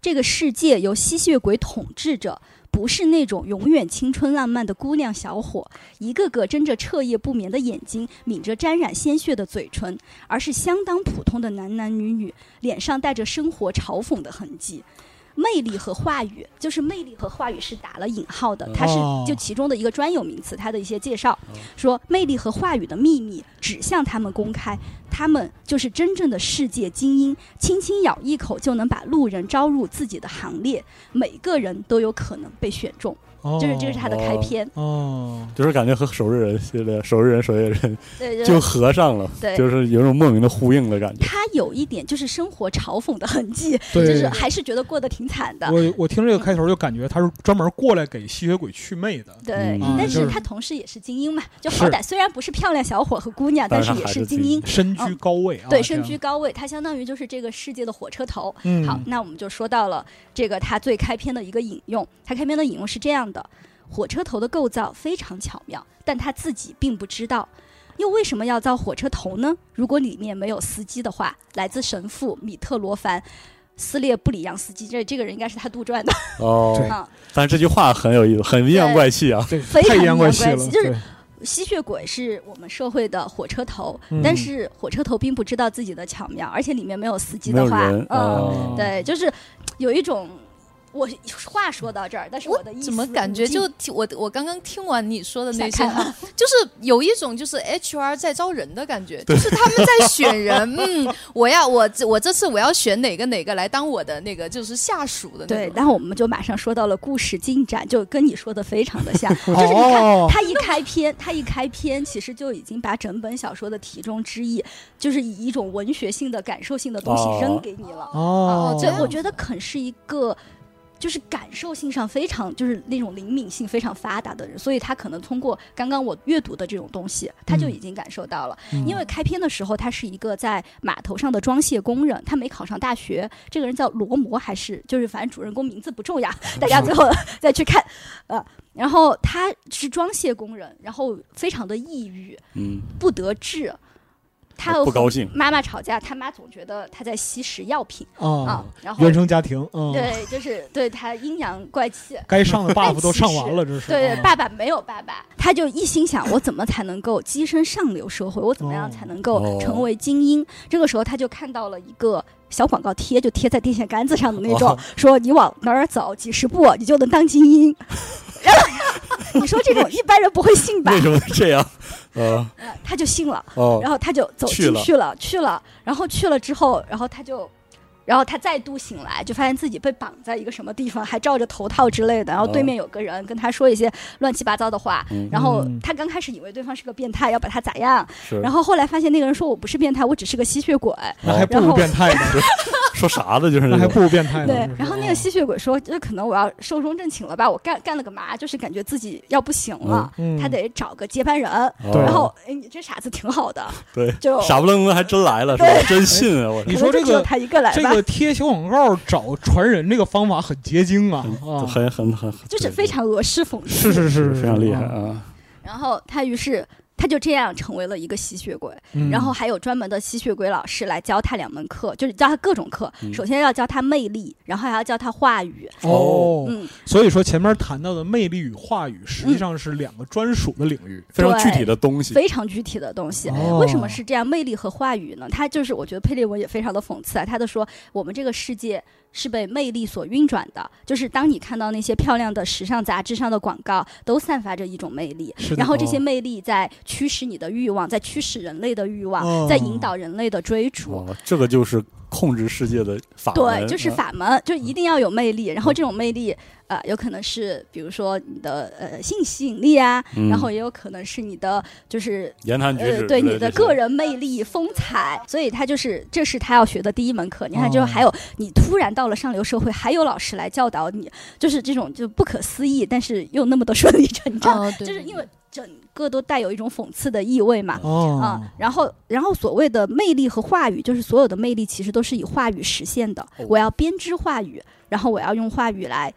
Speaker 4: 这个世界由吸血鬼统治着，不是那种永远青春烂漫的姑娘小伙，一个个睁着彻夜不眠的眼睛，抿着沾染鲜血的嘴唇，而是相当普通的男男女女，脸上带着生活嘲讽的痕迹。”魅力和话语，就是魅力和话语是打了引号的，它是
Speaker 2: 哦嗯
Speaker 4: 就其中的一个专有名词，它的一些介绍
Speaker 1: 哦
Speaker 4: 说，魅力和话语的秘密指向他们公开，他们就是真正的世界精英，轻轻咬一口就能把路人招入自己的行列，每个人都有可能被选中。
Speaker 2: 哦
Speaker 4: 就是这是他的开篇，
Speaker 2: 哦，
Speaker 1: 就是感觉和守日人系列、守日人、守夜人
Speaker 4: 对
Speaker 1: 就
Speaker 4: 对。
Speaker 1: 合上了，
Speaker 4: 对
Speaker 1: 就是有种莫名的呼应的感 觉。
Speaker 4: 他有一点就是生活嘲讽的痕迹，就
Speaker 2: 对
Speaker 4: 是还是觉得过得挺惨的。
Speaker 2: 我我听这个开头就感觉他是专门过来给吸血鬼祛魅的。
Speaker 4: 对，
Speaker 1: 嗯
Speaker 4: 但
Speaker 2: 就是是
Speaker 4: 他同时也是精英嘛，就是好歹虽然不是漂亮小伙和姑娘，但
Speaker 1: 但是
Speaker 4: 也
Speaker 1: 还
Speaker 4: 是
Speaker 1: 是
Speaker 4: 精
Speaker 1: 精
Speaker 4: 英
Speaker 1: 英，
Speaker 2: 身居高位啊，
Speaker 4: 嗯对，
Speaker 2: 这
Speaker 4: 身
Speaker 2: 样
Speaker 4: 居高位，他相当于就是这个世界的火车头。
Speaker 2: 嗯
Speaker 4: 好，那我们就说到了这个它最开篇的一个引用，它开篇的引用是这样的：火车头的构造非常巧妙，但他自己并不知道。又为什么要造火车头呢？如果里面没有司机的话，来自神父米特罗凡。斯列布里扬斯基，这这个人应该是他杜撰的
Speaker 1: 哦
Speaker 2: 对，
Speaker 4: 啊。
Speaker 1: 但是这句话很有意思，很阴阳怪气啊。
Speaker 2: 对，
Speaker 4: 非
Speaker 2: 太
Speaker 4: 常
Speaker 2: 阴阳
Speaker 4: 阴阳
Speaker 2: 气
Speaker 4: 怪
Speaker 2: 了，
Speaker 4: 气就是
Speaker 2: 对
Speaker 4: 吸血鬼是我们社会的火车头，
Speaker 2: 嗯
Speaker 4: 但是火车头并不知道自己的巧妙，而且里面没有司机嗯
Speaker 1: 没
Speaker 4: 的
Speaker 1: 有
Speaker 4: 话
Speaker 1: 人，
Speaker 4: 嗯，
Speaker 1: 啊
Speaker 4: 对，就是有一种我话说到这儿，但是我的意思
Speaker 3: 怎么感觉就听我我刚刚听完你说的那
Speaker 4: 想
Speaker 3: 些
Speaker 4: 看
Speaker 3: 哈，就是有一种就是 HR 在招人的感觉，就是他们在选人。 嗯，我要我这我这次我要选哪个哪个来当我的那个就是下属的那
Speaker 4: 对，
Speaker 3: 种。
Speaker 4: 然后我们就马上说到了故事进展，就跟你说的非常的像，就是你看。
Speaker 2: 哦，
Speaker 4: 他一开篇，他一开篇，其实就已经把整本小说的题中之意，就是以一种文学性的、感受性的东西扔给你了。
Speaker 2: 哦，
Speaker 4: 这、我觉得肯是一个，就是感受性上非常，就是那种灵敏性非常发达的人，所以他可能通过刚刚我阅读的这种东西，他
Speaker 1: 嗯
Speaker 4: 就已经感受到了。
Speaker 2: 嗯
Speaker 4: 因为开篇的时候，他是一个在码头上的装卸工人，他没考上大学。这个人叫罗摩，还是就是反正主人公名字不重要，
Speaker 1: 嗯
Speaker 4: 大家最后 再去看。呃，然后他是装卸工人，然后非常的抑郁，
Speaker 1: 嗯，
Speaker 4: 不得志。他
Speaker 1: 我
Speaker 4: 又
Speaker 1: 不
Speaker 4: 和
Speaker 1: 高兴，
Speaker 4: 妈妈吵架，他妈总觉得他在吸食药品啊
Speaker 1: 哦
Speaker 2: 啊，，
Speaker 4: 然后
Speaker 2: 原生家庭，嗯，
Speaker 4: 对，就是对他阴阳怪气。
Speaker 2: 该上的
Speaker 4: 但
Speaker 2: buff 都
Speaker 4: 其
Speaker 2: 上
Speaker 4: 实
Speaker 2: 完了，这是
Speaker 4: 对，
Speaker 2: 嗯
Speaker 4: 爸爸没有爸爸，他就一心想我怎么才能够跻身上流社会，我怎么样
Speaker 2: 哦
Speaker 4: 才能够
Speaker 1: 哦
Speaker 4: 成为精英？这个时候他就看到了一个小广告贴，就贴在电线杆子上的那种，
Speaker 2: 哦
Speaker 4: 说你往哪儿走几十步，你就能当精英。 然后你说这种一般人不会信 吧嗯
Speaker 1: 为？什么这样？呃，
Speaker 4: 他就信了，
Speaker 1: 哦，
Speaker 4: 然后他就走
Speaker 1: 去
Speaker 4: 进
Speaker 1: 了
Speaker 4: 去了，去了，然后去了之后，然后他就。然后他再度醒来，就发现自己被绑在一个什么地方，还罩着头套之类的。然后对
Speaker 1: 哦
Speaker 4: 面有个人跟他说一些乱七八糟的话，
Speaker 1: 嗯
Speaker 4: 然后
Speaker 2: 嗯
Speaker 4: 他刚开始以为对方是个变态，要把他咋样，
Speaker 1: 是，
Speaker 4: 然后后来发现那个人说我不是变态，我只是个吸血鬼。
Speaker 2: 那还
Speaker 1: 哦
Speaker 2: 不如变态呢，
Speaker 1: 说啥的，就是
Speaker 2: 那
Speaker 1: 那
Speaker 2: 还
Speaker 1: 种
Speaker 2: 不如变态呢。
Speaker 4: 对
Speaker 2: 这，是
Speaker 4: 然后那个吸血鬼说，这可能我要寿终正寝了吧，我干干了个嘛，就是感觉自己要不行了，
Speaker 2: 嗯哦
Speaker 4: 他得找个接班人。
Speaker 2: 对
Speaker 4: 然后，哎，你这傻子挺好的，
Speaker 1: 对
Speaker 4: 就
Speaker 1: 哦傻不愣登还真来了，是吧？真信啊，我
Speaker 2: 你
Speaker 4: 可
Speaker 2: 说
Speaker 4: 能就
Speaker 2: 这
Speaker 4: 只有
Speaker 2: 个
Speaker 4: 他一个来
Speaker 2: 这
Speaker 4: 吧，
Speaker 2: 个贴小广告找传人这个方法很结晶啊啊
Speaker 1: 这，很很很，
Speaker 4: 就是
Speaker 1: 对
Speaker 4: 非常俄式讽
Speaker 2: 是
Speaker 4: 刺。
Speaker 2: 是是，
Speaker 1: 非常厉害
Speaker 2: 啊。
Speaker 1: 啊，
Speaker 4: 然后他于是他就这样成为了一个吸血鬼，
Speaker 2: 嗯
Speaker 4: 然后还有专门的吸血鬼老师来教他两门课，就是教他各种课。
Speaker 1: 嗯
Speaker 4: 首先要教他魅力，然后还要教他话语。
Speaker 2: 哦，
Speaker 4: 嗯，
Speaker 2: 所以说前面谈到的魅力与话语实际上是两个专属的领域。
Speaker 1: 非常具
Speaker 4: 对
Speaker 1: 体的东西，
Speaker 4: 非常具体的东西。
Speaker 2: 哦
Speaker 4: 为什么是这样？魅力和话语呢？他就是我觉得佩列文也非常的讽刺啊，他的说我们这个世界。是被魅力所运转的，就是当你看到那些漂亮的时尚杂志上的广告，都散发着一种魅力
Speaker 2: 是，的
Speaker 4: 然后这
Speaker 2: 哦
Speaker 4: 些魅力在驱使你的欲望，在驱使人类的欲望，
Speaker 2: 哦
Speaker 4: 在引导人类的追逐。
Speaker 1: 哦，这个就是控制世界的法门，
Speaker 4: 对，就是
Speaker 1: 啊嗯
Speaker 4: 法门，就一定要有魅力。然后这种魅力，呃，有可能是比如说你的呃性吸引力啊，
Speaker 1: 嗯
Speaker 4: 然后也有可能是你的就是
Speaker 1: 言谈举
Speaker 4: 呃
Speaker 1: 止，
Speaker 4: 对你的个
Speaker 1: 人
Speaker 4: 人魅力、风采。所以他就是这是他要学的第一门课。你看，
Speaker 2: 哦
Speaker 4: 就还有你突然到了上流社会，还有老师来教导你，就是这种就不可思议，但是又那么的顺理成章，
Speaker 3: 哦，对
Speaker 4: 就是因
Speaker 3: 为
Speaker 4: 为整个都带有一种讽刺的意味嘛。啊、
Speaker 2: 哦，
Speaker 4: 然后，然后所谓的魅力和话语，就是所有的魅力其实都是以话语实现的。
Speaker 1: 哦
Speaker 4: 我要编织话语，然后我要用话语来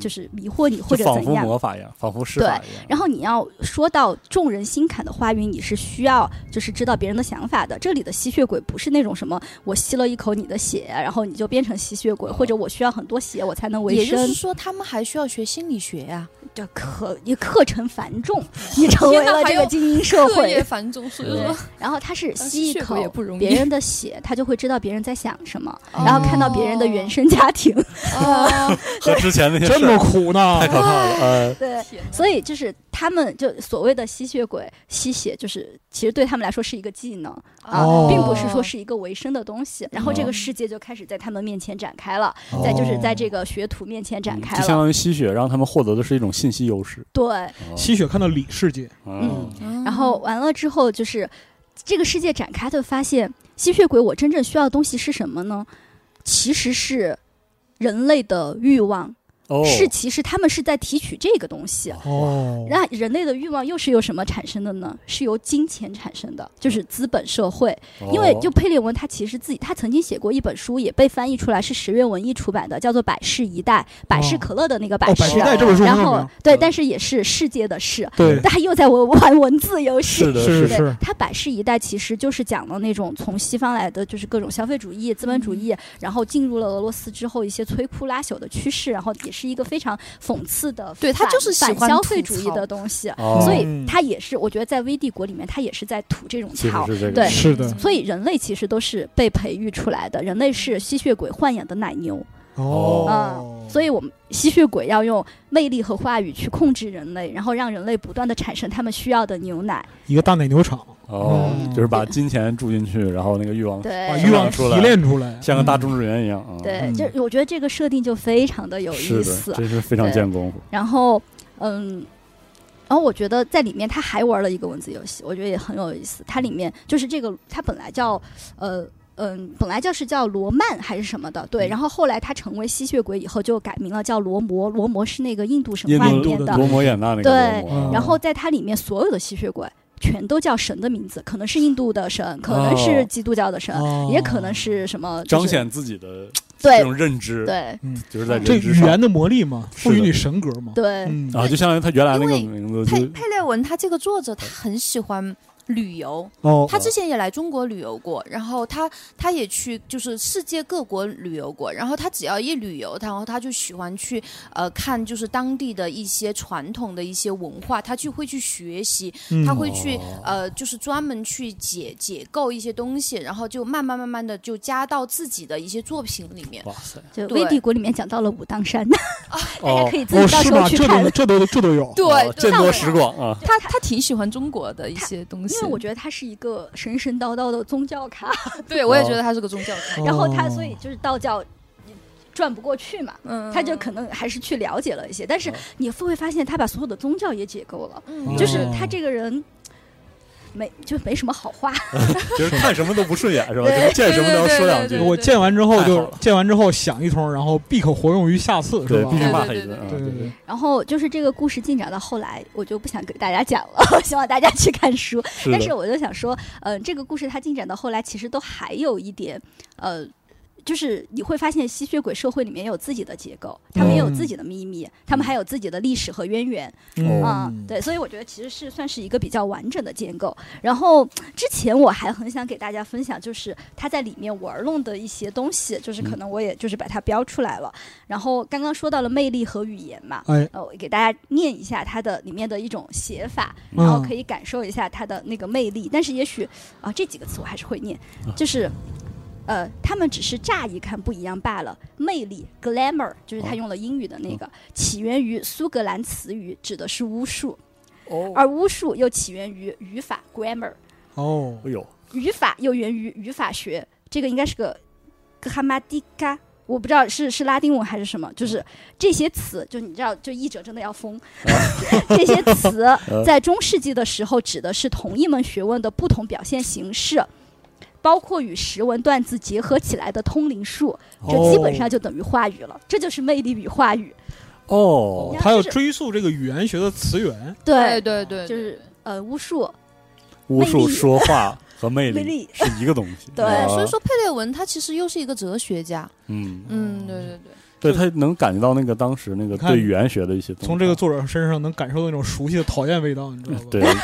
Speaker 4: 就是是迷惑你或
Speaker 1: 嗯
Speaker 4: 者
Speaker 1: 仿
Speaker 4: 怎
Speaker 1: 佛
Speaker 4: 样。
Speaker 1: 魔法一样，仿佛施法一样，
Speaker 4: 然后你要说到众人心坎的话语，你是需要就是知道别人的想法的。这里的吸血鬼不是那种什么我吸了一口你的血，然后你就变成吸血鬼，
Speaker 1: 哦
Speaker 4: 或者我需要很多血我才能维
Speaker 3: 也就是
Speaker 4: 生，
Speaker 3: 说，他们还需要学心理学呀、
Speaker 4: 这课你课程繁重，你成为
Speaker 3: 天哪
Speaker 4: 了
Speaker 3: 还
Speaker 4: 这个
Speaker 3: 有
Speaker 4: 精英社
Speaker 3: 课业
Speaker 4: 会。
Speaker 3: 繁重，所以
Speaker 1: 对
Speaker 3: 说
Speaker 4: 然后他是
Speaker 3: 当
Speaker 4: 吸
Speaker 3: 吸
Speaker 4: 一
Speaker 3: 血
Speaker 4: 口
Speaker 3: 鬼也不容易
Speaker 4: 别人的血，他就会知道别人在想什么。
Speaker 3: 哦
Speaker 4: 然后看到别人的原生 家庭，
Speaker 3: 哦，
Speaker 1: 和之前那些
Speaker 2: 这
Speaker 1: 事儿
Speaker 2: 么苦呢
Speaker 1: 太？可怕了，呃，
Speaker 4: 对，
Speaker 3: 天哪
Speaker 4: 所以就是他们就所谓的吸血鬼吸血，就是其实对他们来说是一个技能啊，
Speaker 2: 哦
Speaker 4: 并不是说是一个维生的东西。然后
Speaker 1: 哦
Speaker 4: 这个世界就开始在他们面前展开了，在
Speaker 2: 哦
Speaker 4: 就是在这个学徒面前展
Speaker 1: 嗯
Speaker 4: 开
Speaker 1: 就相
Speaker 4: 了，
Speaker 1: 当于吸血，让他们获得的是一种信息优势，
Speaker 4: 对。
Speaker 1: 哦
Speaker 2: 吸血看到里世界，
Speaker 1: 哦
Speaker 3: 嗯
Speaker 4: 然后完了之后，就是这个世界展开，就发现吸血鬼我真正需要的东西是什么呢？其实是人类的欲望，
Speaker 1: 哦，
Speaker 4: 是其实他们是在提取这个东西。
Speaker 2: 哦，
Speaker 4: 那人类的欲望又是由什么产生的呢？是由金钱产生的，就是资本社会。
Speaker 1: 哦
Speaker 4: 因为就佩列文他其实自己，他曾经写过一本书，也被翻译出来是十月文艺出版的，叫做《百事一代》，百事可乐的那个百
Speaker 2: 哦，
Speaker 4: 事。
Speaker 2: 百事代这本书
Speaker 4: 然
Speaker 2: 很有
Speaker 4: 后
Speaker 2: 名
Speaker 4: 对，但是也是世界的事，
Speaker 2: 嗯对
Speaker 4: 他又在玩玩文字游戏
Speaker 1: 是。的，
Speaker 2: 是
Speaker 1: 是
Speaker 4: 对
Speaker 1: 的，
Speaker 2: 是
Speaker 4: 他《百事一代》其实就是讲了那种从西方来的，就是各种消费主义、资本主义，
Speaker 3: 嗯
Speaker 4: 然后进入了俄罗斯之后一些摧枯拉朽的趋势，然后也是一个非常讽刺的反，
Speaker 3: 对他就是喜
Speaker 4: 反
Speaker 3: 欢
Speaker 4: 消费
Speaker 3: 吐
Speaker 4: 主义
Speaker 3: 槽
Speaker 4: 的东西。
Speaker 1: 哦
Speaker 4: 所以
Speaker 2: 嗯
Speaker 4: 他也是，我觉得在微帝国里面，他也是在吐这种
Speaker 1: 其实
Speaker 4: 槽。
Speaker 1: 是这个，
Speaker 4: 对
Speaker 2: 是的，
Speaker 4: 所以人类其实都是被培育出来的，人类是吸血鬼豢养的奶牛。
Speaker 2: 哦，
Speaker 4: 啊所以我们吸血鬼要用魅力和话语去控制人类，然后让人类不断的产生他们需要的牛奶。
Speaker 2: 一个大奶牛场，
Speaker 1: 哦，
Speaker 2: 嗯
Speaker 1: 就是把金钱注进去，然后那个欲望
Speaker 4: 对
Speaker 2: 哦把欲望提
Speaker 1: 出来
Speaker 2: 炼出来，
Speaker 1: 像个大
Speaker 2: 嗯
Speaker 1: 种植园一样啊。
Speaker 4: 对，
Speaker 2: 嗯
Speaker 4: 就我觉得这个设定就非常的有
Speaker 1: 是
Speaker 4: 意
Speaker 1: 的，
Speaker 4: 思。
Speaker 1: 真是非常
Speaker 4: 对
Speaker 1: 见功夫。
Speaker 4: 然后，嗯，然后我觉得在里面他还玩了一个文字游戏，我觉得也很有意思。它里面就是这个，它本来叫呃。嗯，本来就是叫罗曼还是什么的，对。
Speaker 1: 嗯
Speaker 4: 然后后来他成为吸血鬼以后，就改名了叫罗摩。罗摩是那个印度神
Speaker 1: 印
Speaker 4: 话
Speaker 1: 度
Speaker 4: 里面
Speaker 2: 印
Speaker 4: 的
Speaker 2: 度的
Speaker 1: 罗摩衍那那个罗
Speaker 4: 对
Speaker 1: 摩啊，
Speaker 4: 然后在它里面所有的吸血鬼全都叫神的名字，可能是印度的神，可
Speaker 1: 哦
Speaker 4: 能是基督教的神，
Speaker 2: 哦
Speaker 4: 嗯也可能是什么、就
Speaker 1: 彰
Speaker 4: 是
Speaker 1: 显自己的这
Speaker 4: 对
Speaker 1: 种认知，
Speaker 4: 对
Speaker 1: 就是在
Speaker 4: 嗯
Speaker 2: 这
Speaker 1: 认知
Speaker 2: 语
Speaker 1: 上
Speaker 2: 言的魔力嘛，
Speaker 1: 是
Speaker 2: 赋
Speaker 1: 的
Speaker 2: 予你神格嘛。
Speaker 4: 对、
Speaker 2: 嗯
Speaker 1: 啊，就相当于他原来那个
Speaker 3: 因
Speaker 1: 名字
Speaker 3: 佩
Speaker 1: 就
Speaker 3: 佩列文他这个作者，他很喜欢旅游，
Speaker 2: 哦，
Speaker 3: 他之前也来中国旅游过，然后他他也去就是世界各国旅游过，然后他只要一旅游，然后他就喜欢去呃看就是当地的一些传统的一些文化，他去会去学习，他
Speaker 2: 嗯
Speaker 3: 会去、
Speaker 1: 哦
Speaker 3: 呃就是专门去解解构一些东西，然后就慢慢慢慢的就加到自己的一些作品里
Speaker 2: 哦
Speaker 3: 面。
Speaker 1: 哇塞，
Speaker 4: 就
Speaker 3: 对
Speaker 4: 威帝国里面讲到了武当山，大
Speaker 1: 哦
Speaker 4: 家可以自
Speaker 2: 哦
Speaker 4: 己到
Speaker 2: 是
Speaker 4: 时
Speaker 2: 吗？
Speaker 4: 候去
Speaker 2: 这
Speaker 4: 看。
Speaker 2: 都这都这都有。
Speaker 3: 对
Speaker 1: 哦，见
Speaker 3: 对
Speaker 1: 多识广啊，
Speaker 3: 他他挺喜欢中国的一些东西，
Speaker 4: 因为我觉得他是一个神神叨叨的宗教咖，
Speaker 3: 对我也觉得他是个宗教徒，
Speaker 4: 然后他
Speaker 2: 哦
Speaker 4: 所以就是道教转不过去嘛，
Speaker 3: 嗯，
Speaker 4: 他就可能还是去了解了一些，但是
Speaker 1: 哦
Speaker 4: 你会不会发现他把所有的宗教也解构了？
Speaker 3: 嗯
Speaker 4: 就是
Speaker 2: 哦
Speaker 4: 他这个人没就没什么好话，
Speaker 1: 就是看什么都不顺眼是吧？
Speaker 4: 对
Speaker 1: 就是见什么都要说两句
Speaker 3: 对对，对
Speaker 2: 我见完之后
Speaker 1: 太好
Speaker 2: 就
Speaker 1: 了
Speaker 2: 见完之后想一通，然后必可活用于下次，是
Speaker 1: 对，
Speaker 2: 吧
Speaker 1: 必？须
Speaker 3: 对
Speaker 1: 骂他
Speaker 3: 对
Speaker 1: 一
Speaker 3: 对
Speaker 1: 顿啊，
Speaker 2: 对对对，
Speaker 4: 然后就是这个故事进展到后来，我就不想给大家讲了，我希望大家去看书。
Speaker 1: 是
Speaker 4: 但是
Speaker 1: 的，
Speaker 4: 我就想说，呃，这个故事它进展到后来，其实都还有一点，呃。就是你会发现吸血鬼社会里面有自己的结构，他们也有
Speaker 2: 嗯
Speaker 4: 自己的秘密，他们还有自己的历史和渊源
Speaker 1: 哦
Speaker 4: 啊、
Speaker 2: 嗯，
Speaker 4: 对，所以我觉得其实是算是一个比较完整的建构。然后之前我还很想给大家分享，就是他在里面玩弄的一些东西，就是
Speaker 2: 嗯
Speaker 4: 可能我也就是把它标出来了。然后刚刚说到了魅力和语言嘛，
Speaker 2: 哎，
Speaker 4: 呃，我给大家念一下它的里面的一种写法，
Speaker 1: 嗯
Speaker 4: 然后可以感受一下它的那个魅力。但是也许啊，这几个词我还是会念，就是。呃，他们只是乍一看不一样罢了。魅力 （glamour） 就是他用了英语的那个，起源于苏格兰词语，指的是巫术，
Speaker 1: 哦，
Speaker 4: 而巫术又起源于语法 （grammar），
Speaker 2: 哦，
Speaker 1: 哎呦，
Speaker 4: 语法又源于语法学，这个应该是个格哈马迪嘎，我不知道是是拉丁文还是什么，就是这些词，就你知道，就译者真的要疯，
Speaker 1: 啊
Speaker 4: 这些 词在中世纪的时候指的是同一门学问的不同表现形式。包括与识文段字结合起来的通灵
Speaker 1: 哦
Speaker 4: 术，这基本上就等于话语了，这就是魅力与话语。
Speaker 1: 哦
Speaker 2: 哦，，他要追溯这个语言学的词源，
Speaker 3: 对对对，
Speaker 4: 就是呃巫术，
Speaker 1: 巫术
Speaker 4: 魅力
Speaker 1: 说话和魅
Speaker 4: 魅
Speaker 1: 力
Speaker 4: 力
Speaker 1: 是一个东西，
Speaker 4: 对
Speaker 1: 啊
Speaker 3: 对，所以，说佩列文他其实又是一个哲学家，
Speaker 1: 嗯，
Speaker 3: 嗯，对对对。
Speaker 1: 对他能感觉到那个当时那个
Speaker 2: 看
Speaker 1: 对语言学的一些东西，
Speaker 2: 从这个作者身上能感受到那种熟悉的讨厌味道，你知道吧？
Speaker 1: 嗯 对，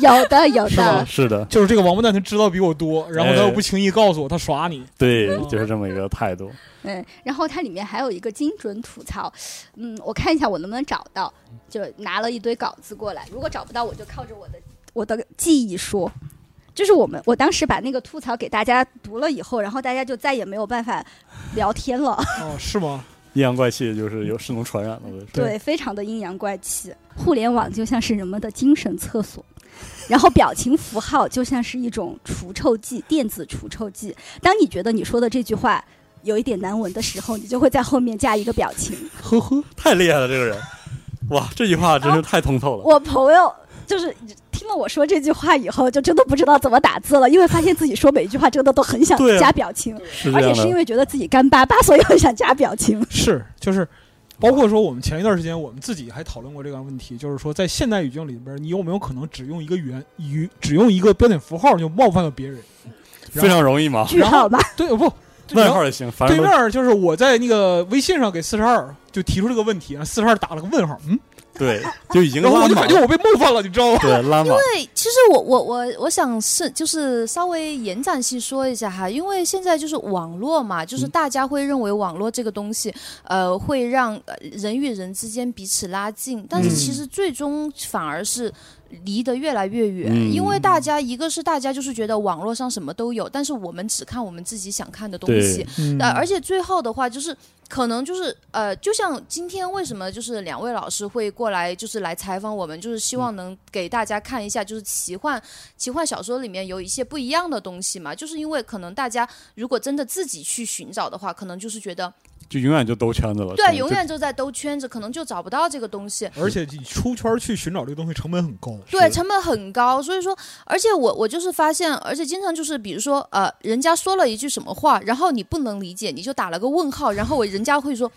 Speaker 4: 有的有
Speaker 1: 是的，
Speaker 4: 的，
Speaker 1: 是的，
Speaker 2: 就是这个王八蛋，他知道比我多，然后
Speaker 1: 哎
Speaker 2: 他又不轻易告诉我，他 耍你。
Speaker 1: 对，
Speaker 2: 嗯
Speaker 1: 就是这么一个态度。
Speaker 4: 嗯，然后它里面还有一个精准吐槽，嗯，我看一下我能不能找到，就拿了一堆稿子过来，如果找不到，我就靠着我的我的记忆说。就是我们，我当时把那个吐槽给大家读了以后，然后大家就再也没有办法聊天了，
Speaker 2: 哦，是吗？
Speaker 1: 阴阳怪气就是有是能传染的，
Speaker 2: 对
Speaker 4: 对，非常的阴阳怪气。互联网就像是人们的精神厕所，然后表情符号就像是一种除臭剂，电子除臭剂。当你觉得你说的这句话有一点难闻的时候，你就会在后面加一个表情。
Speaker 2: 呵呵，
Speaker 1: 太厉害了这个人，哇，这句话真是太通 透了。
Speaker 4: 我朋友就是听了我说这句话以后，就真的不知道怎么打字了，因为发现自己说每一句话真的都很想
Speaker 1: 对啊
Speaker 4: 加表情，
Speaker 1: 是
Speaker 4: 而
Speaker 1: 这
Speaker 4: 且
Speaker 1: 样
Speaker 4: 是因
Speaker 1: 的，
Speaker 4: 为觉得自己干巴巴，所以很想加 表 情。
Speaker 2: 是就是。包括说，我们前一段时间我们自己还讨论过这个问题，就是说，在现代语境里边，你有没有可能只用一个语言语，只用一个标点符号就冒犯了别人？
Speaker 1: 非常容易嘛，
Speaker 4: 句号嘛，
Speaker 2: 对，不，
Speaker 1: 问号也行，反
Speaker 2: 对
Speaker 1: 正
Speaker 2: 面
Speaker 1: 都
Speaker 2: 儿就是我在那个微信上给四十二就提出这个问题，然后四十二打了个问号，嗯，
Speaker 1: 对，就已经
Speaker 2: 然后
Speaker 1: 拉
Speaker 2: 我就
Speaker 1: 满
Speaker 2: 感觉
Speaker 1: 了，
Speaker 2: 我被冒犯了，你 知道吗？
Speaker 1: 对，拉满。
Speaker 3: 对，其实我我我我想是就是稍微延展细说一下哈，因为现在就是网络嘛，就是
Speaker 1: 嗯
Speaker 3: 大家会认为网络这个东西，呃，会让呃人与人之间彼此拉近，但是
Speaker 2: 嗯
Speaker 3: 其实最终反而是离得越来越远，
Speaker 1: 嗯
Speaker 3: 因为大家一个是大家就是觉得网络上什么都有，但是我们只看我们自己想看的东西
Speaker 1: 对，
Speaker 2: 嗯
Speaker 3: 呃，而且最后的话就是，可能就是呃，就像今天为什么就是两位老师会过来，就是来采访我们，就是希望能给大家看一下，就是奇幻奇幻小说里面有一些不一样的东西嘛，就是因为可能大家如果真的自己去寻找的话，可能就是觉得
Speaker 1: 就永远就兜圈子了。是吧
Speaker 3: 对，永远就在兜圈子，可能就找不到这个东西。
Speaker 2: 而且你出圈去寻找这个东西成本很高。
Speaker 1: 是
Speaker 3: 对，成本很高，所以说，而且我我就是发现，而且经常就是，比如说，呃，人家说了一句什么话，然后你不能理解，你就打了个问号，然后我人家会说，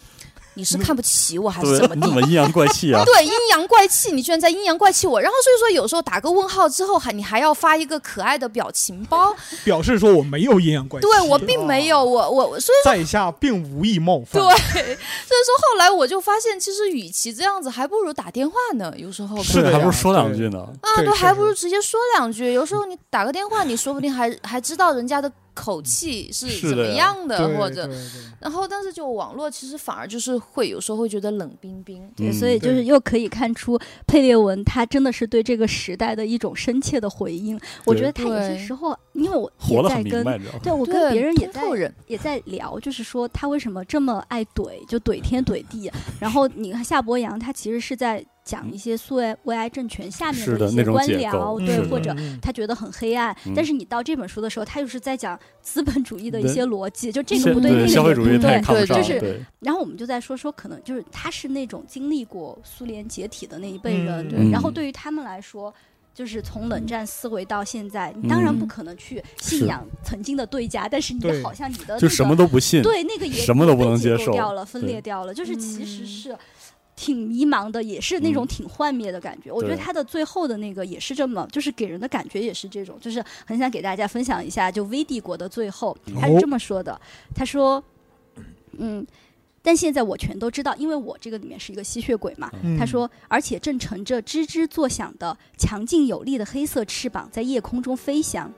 Speaker 3: 你是看不起我还
Speaker 1: 就。
Speaker 3: 是怎么
Speaker 1: 对，你
Speaker 3: 地？
Speaker 1: 怎？么阴阳怪气啊
Speaker 3: 对，阴阳怪气，你居然在阴阳怪气我，然后所以说有时候打个问号之后，还你还要发一个可爱的表情
Speaker 1: 哎
Speaker 3: 包，
Speaker 2: 表示说我没有阴阳怪气，啊
Speaker 3: 对我并
Speaker 1: 啊
Speaker 3: 没有，我我我所以
Speaker 2: 在下并无意冒犯。
Speaker 3: 对，啊所以说后来我就发现，其实与其这样子，还不如打电话呢，有时候感
Speaker 1: 是
Speaker 3: 觉
Speaker 1: 的，
Speaker 2: 对
Speaker 1: 还
Speaker 2: 呀
Speaker 1: 不如说两句
Speaker 2: 对
Speaker 1: 呢。
Speaker 3: 啊，
Speaker 2: 对
Speaker 3: 对，
Speaker 2: 是
Speaker 3: 还不
Speaker 2: 是
Speaker 3: 如直接说两句。有时候你打个电话，你说不定还还知道人家的口气
Speaker 1: 是
Speaker 3: 是怎
Speaker 1: 的
Speaker 3: 么
Speaker 1: 呀
Speaker 3: 样的，
Speaker 2: 对
Speaker 3: 或者
Speaker 2: 对对
Speaker 3: 然后，但是就网络其实反而就是会有时候会觉得冷冰冰。
Speaker 4: 对，
Speaker 1: 嗯
Speaker 4: 所以就是
Speaker 2: 对
Speaker 4: 又可以看出佩列文他真的是对这个时代的一种深切的回应。我觉得他有些
Speaker 3: 对
Speaker 4: 时候，因为我
Speaker 1: 活
Speaker 4: 也
Speaker 1: 得
Speaker 4: 在
Speaker 1: 很明
Speaker 4: 跟
Speaker 1: 白，你知道吗？
Speaker 4: 对我跟别人也
Speaker 3: 通
Speaker 4: 在
Speaker 3: 透人，
Speaker 4: 也在聊，就是说他为什么这么爱怼，就怼天怼地。然后你看夏伯阳，他其实是在讲一些苏维埃政权下面
Speaker 1: 是的
Speaker 4: 一
Speaker 1: 那
Speaker 4: 些
Speaker 1: 种
Speaker 4: 官
Speaker 1: 解构
Speaker 4: 僚，
Speaker 1: 嗯
Speaker 4: 对
Speaker 1: 是，的
Speaker 4: 或者。
Speaker 2: 嗯
Speaker 4: 他觉得很黑暗，
Speaker 1: 嗯
Speaker 4: 但是你到这本书的时候，他又是在讲资本主义的一
Speaker 1: 对
Speaker 4: 些逻辑，就这
Speaker 1: 现
Speaker 4: 个不
Speaker 1: 对
Speaker 4: 那个
Speaker 1: 消费
Speaker 4: 也
Speaker 1: 主
Speaker 4: 不
Speaker 1: 义他也
Speaker 4: 对，
Speaker 1: 看不
Speaker 3: 对
Speaker 1: 上，
Speaker 3: 就是
Speaker 1: 对
Speaker 4: 然后我们就在说说，可能就是他是那种经历过苏联解体的那一辈人，
Speaker 2: 嗯
Speaker 4: 对。
Speaker 1: 嗯
Speaker 4: 然后对于他们来说，就是从冷战思维到现在，你当然不可能去信仰曾经的对家，但是你
Speaker 2: 对
Speaker 4: 好像你呃的、那个、
Speaker 1: 就什么都不信。
Speaker 4: 对那个也
Speaker 1: 什么都不能接受
Speaker 4: 被解构掉了，分裂
Speaker 1: 对
Speaker 4: 掉了，就是其实
Speaker 3: 嗯
Speaker 4: 是。挺迷茫的，也是那种
Speaker 1: 嗯
Speaker 4: 挺幻灭的感觉。我觉得
Speaker 1: 对
Speaker 4: 他的最后的那个也是这么，就是给人的感觉也是这种，就是很想给大家分享一下，就微帝国的最后，
Speaker 1: 嗯
Speaker 4: 他
Speaker 1: 哦
Speaker 4: 是这么说的，他说，嗯，但现在我全都知道，因为我这个里面是一个吸血鬼嘛，
Speaker 2: 嗯
Speaker 4: 他说，而且正乘着吱吱作响的强劲有力的黑色翅膀在夜空中飞翔。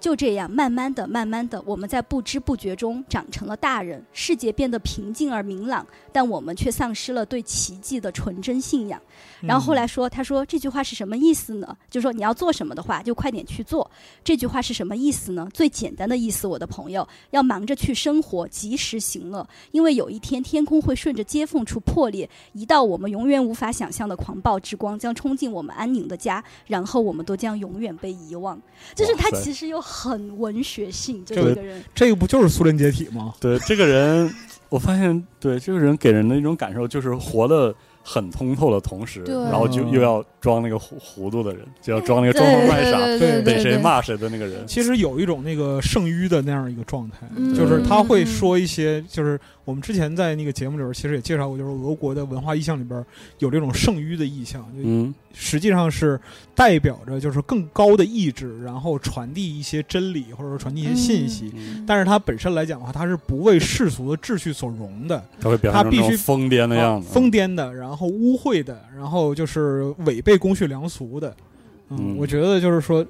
Speaker 4: 就这样，慢慢的、慢慢的，我们在不知不觉中长成了大人，世界变得平静而明朗，但我们却丧失了对奇迹的纯真信仰。
Speaker 1: 嗯
Speaker 2: 嗯
Speaker 4: 然后后来说，他说这句话是什么意思呢？就说你要做什么的话，就快点去做。这句话是什么意思呢？最简单的意思，我的朋友，要忙着去生活，及时行乐，因为有一天天空会顺着接缝处破裂，一道我们永远无法想象的狂暴之光将冲进我们安宁的家，然后我们都将永远被遗忘。就是他
Speaker 1: 哇塞
Speaker 4: 其实又很文学性，就
Speaker 2: 这
Speaker 4: 这
Speaker 2: 个
Speaker 4: 个人，
Speaker 2: 这个不就是苏联解体吗？
Speaker 1: 对，这个人，我发现，对这个人给人的一种感受就是活得很通透的同时，
Speaker 3: 对
Speaker 1: 然后就
Speaker 2: 嗯
Speaker 1: 又要装那个糊糊涂的人，就要装那个装疯卖傻，
Speaker 3: 对
Speaker 1: 逮
Speaker 2: 对
Speaker 3: 对
Speaker 1: 谁骂谁的那个人。
Speaker 2: 其实有一种那个圣迂的那样一个状态，
Speaker 3: 嗯
Speaker 2: 就是他会说一些，就是我们之前在那个节目里边其实也介绍过，就是俄国的文化意象里边有这种圣迂的意象，就
Speaker 1: 嗯，
Speaker 2: 实际上是代表着就是更高的意志，然后传递一些真理或者说传递一些信息。
Speaker 1: 嗯
Speaker 2: 但是它本身来讲的话，它是不为世俗的秩序所容的，
Speaker 1: 他会表现
Speaker 2: 他
Speaker 1: 成
Speaker 2: 必
Speaker 1: 那种
Speaker 2: 须啊
Speaker 1: 疯癫的样子，
Speaker 2: 疯癫的，然后污秽的，然后就是违背公序良俗的。嗯，
Speaker 1: 嗯
Speaker 2: 我觉得就是说，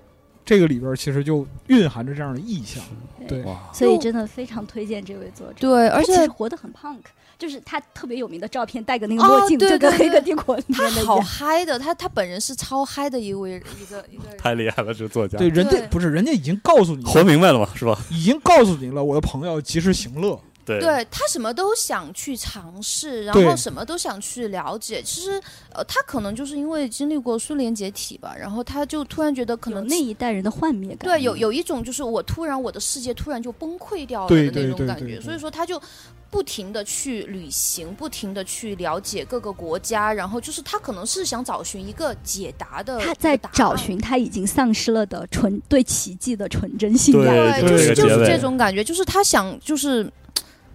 Speaker 2: 这个里边其实就蕴含着这样的意象。对
Speaker 1: 哇，
Speaker 4: 所以真的非常推荐这位作者。
Speaker 3: 嗯对，而
Speaker 4: 他其实
Speaker 3: 且
Speaker 4: 活得很 punk，就是他特别有名的照片，戴个那个
Speaker 3: 哦
Speaker 4: 墨镜，
Speaker 3: 对
Speaker 4: 就跟《
Speaker 3: 对
Speaker 4: 黑客
Speaker 3: 对
Speaker 4: 帝国》里
Speaker 3: 他
Speaker 4: 面的一
Speaker 3: 好
Speaker 4: 样。
Speaker 3: 嗨的，他他本人是超嗨的一位一个一个人。
Speaker 1: 太厉害了，这作家
Speaker 2: 对，人家
Speaker 3: 对
Speaker 2: 不是人家已经告诉你，
Speaker 1: 活明白了嘛，是吧？
Speaker 2: 已经告诉你了，我的朋友及时行乐。
Speaker 1: 对，
Speaker 3: 对他什么都想去尝试，然
Speaker 2: 对
Speaker 3: 后什么都想去了解。其实，呃，他可能就是因为经历过苏联解体吧，然后他就突然觉得可
Speaker 4: 有
Speaker 3: 能
Speaker 4: 那一代人的幻灭感。
Speaker 3: 对，
Speaker 1: 嗯
Speaker 3: 有有一种就是我突然我的世界突然就崩溃掉了
Speaker 2: 对
Speaker 3: 的那
Speaker 2: 对
Speaker 3: 种
Speaker 2: 对
Speaker 3: 感
Speaker 2: 对
Speaker 3: 觉，
Speaker 2: 对
Speaker 3: 所以说他就不停的去旅行，不停的去了解各个国家，然后就是他可能是想找寻一个解答的，
Speaker 4: 他在找。寻他已经丧失了的纯对奇迹的纯真信仰。
Speaker 3: 对，
Speaker 2: 对
Speaker 3: 就
Speaker 2: 这
Speaker 3: 是
Speaker 2: 个
Speaker 3: 就
Speaker 1: 结
Speaker 3: 是
Speaker 1: 尾
Speaker 3: 这种感觉，就是他想就是。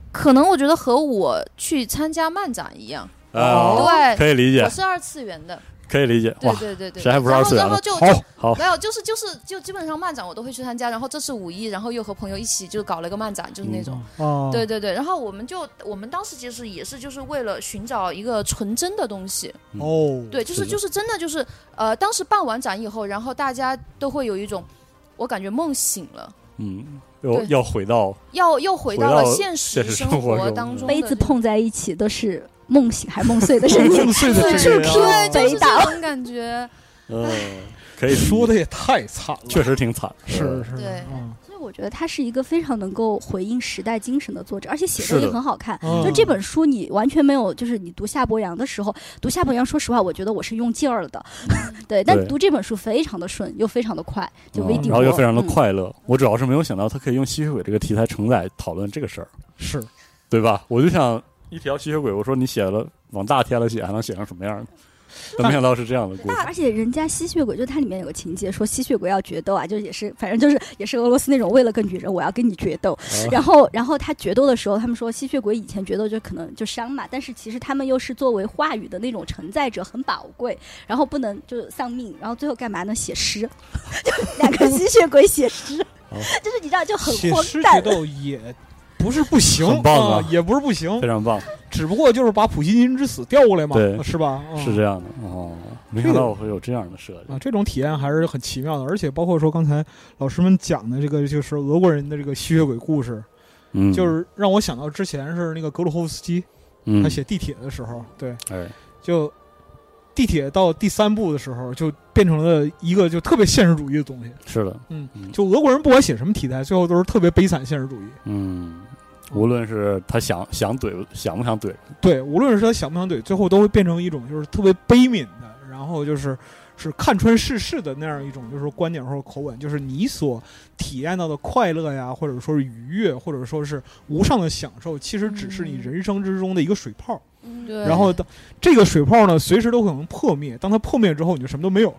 Speaker 3: 可能我觉得和我去参加漫展一样，
Speaker 1: 啊，
Speaker 3: 哦对，
Speaker 1: 可以理解
Speaker 3: 我，是二次元的，
Speaker 1: 可以理解，
Speaker 3: 对
Speaker 1: 哇，
Speaker 3: 对对对。
Speaker 1: 谁还不是
Speaker 3: 然
Speaker 1: 二
Speaker 3: 后
Speaker 1: 次元
Speaker 3: 然后
Speaker 1: 呢
Speaker 3: 就
Speaker 2: 好，
Speaker 1: 好
Speaker 3: 没有，就是就是就基本上漫展我都会去参加，然后这次五一，然后又和朋友一起就搞了一个漫展，就是那
Speaker 1: 嗯
Speaker 3: 种。
Speaker 2: 哦，
Speaker 3: 对对对，然后我们就我们当时其实也是就是为了寻找一个纯真的东西，
Speaker 2: 哦，
Speaker 3: 对，就是是
Speaker 1: 的
Speaker 3: 就是真的就是呃，当时办完展以后，然后大家都会有一种我感觉梦醒了，
Speaker 1: 嗯，又
Speaker 3: 对
Speaker 1: 要回到
Speaker 3: 要又回
Speaker 1: 回
Speaker 3: 到了
Speaker 1: 到
Speaker 3: 现
Speaker 1: 现实
Speaker 3: 生
Speaker 1: 生活
Speaker 3: 活
Speaker 1: 中
Speaker 3: 当
Speaker 1: 嗯
Speaker 3: 中的
Speaker 4: 杯
Speaker 3: 这
Speaker 4: 子
Speaker 3: 种
Speaker 4: 碰在一起都是梦醒还梦碎的声音。
Speaker 2: 碎
Speaker 3: 对
Speaker 2: 的
Speaker 4: 四处
Speaker 2: 这个人啊
Speaker 4: 飘
Speaker 3: 对，就是
Speaker 4: 北岛
Speaker 3: 这种感觉。
Speaker 1: 呃， 可以
Speaker 2: 说的也太惨了，
Speaker 1: 确实挺惨，
Speaker 2: 是
Speaker 1: 呃
Speaker 2: 是，
Speaker 3: 对
Speaker 2: 嗯
Speaker 4: 所以我觉得他是一个非常能够回应时代精神的作者，而且写
Speaker 1: 是
Speaker 4: 的也
Speaker 1: 的
Speaker 4: 很好看。
Speaker 2: 嗯
Speaker 4: 就这本书，你完全没有，就是你读夏伯阳的时候，读夏伯阳，说实话，我觉得我是用劲儿了的，
Speaker 3: 嗯
Speaker 4: 对。但
Speaker 1: 对
Speaker 4: 读这本书非常的顺，又非常的快，就
Speaker 1: 嗯
Speaker 4: 微定
Speaker 1: 然后又
Speaker 4: 格
Speaker 1: 非常的
Speaker 4: 嗯
Speaker 1: 快乐。我主要是没有想到他可以用吸血鬼这个题材承载讨论这个事儿，
Speaker 2: 是
Speaker 1: 对吧？我就想一条吸血鬼，我说你写了往大天了写，还能写成什么样呢？但没想到是这样的故事啊
Speaker 4: 那，而且人家吸血鬼，就它里面有个情节说吸血鬼要决斗啊，就是也是反正就是也是俄罗斯那种为了个女人我要跟你决
Speaker 2: 啊
Speaker 4: 斗，然后然后他决斗的时候，他们说吸血鬼以前决斗就可能就伤嘛，但是其实他们又是作为话语的那种承载者，很宝贵，然后不能就丧命，然后最后干嘛呢？写诗， 就两个吸血鬼写诗，
Speaker 1: 哦
Speaker 4: 就是你知道就很
Speaker 2: 写
Speaker 4: 荒
Speaker 2: 诗决
Speaker 4: 诞。
Speaker 2: 斗 也不是不行，
Speaker 1: 很棒啊
Speaker 2: 啊，也不是不行，
Speaker 1: 非常棒，
Speaker 2: 只不过就是把普希金之死调过来嘛，
Speaker 1: 对
Speaker 2: 是吧？嗯
Speaker 1: 是这样的哦。没想到会有这样的设计
Speaker 2: 啊，，这种体验还是很奇妙的，而且包括说刚才老师们讲的这个，就是俄国人的这个吸血鬼故事，
Speaker 1: 嗯，
Speaker 2: 就是让我想到之前是那个格鲁霍夫斯基
Speaker 1: 嗯
Speaker 2: 他，写地铁的时候，对，
Speaker 1: 哎，
Speaker 2: 就地铁到第三部的时候，就变成了一个就特别现实主义的东西。
Speaker 1: 是的，
Speaker 2: 就俄国人不管写什么题材，最后都是特别悲惨现实主义。
Speaker 1: 嗯，无论是他想想怼想不想怼，
Speaker 2: 对，无论是他想不想怼，最后都会变成一种就是特别悲悯的，然后就是是看穿世事的那样一种就是观点或者口吻，就是你所体验到的快乐呀，或者说是愉悦，或者说是无上的享受，其实只是
Speaker 4: 嗯
Speaker 2: 你人生之中的一个水泡。
Speaker 3: 对
Speaker 2: 然后当这个水泡呢，随时都可能破灭，当它破灭之后，你就什么都没有了。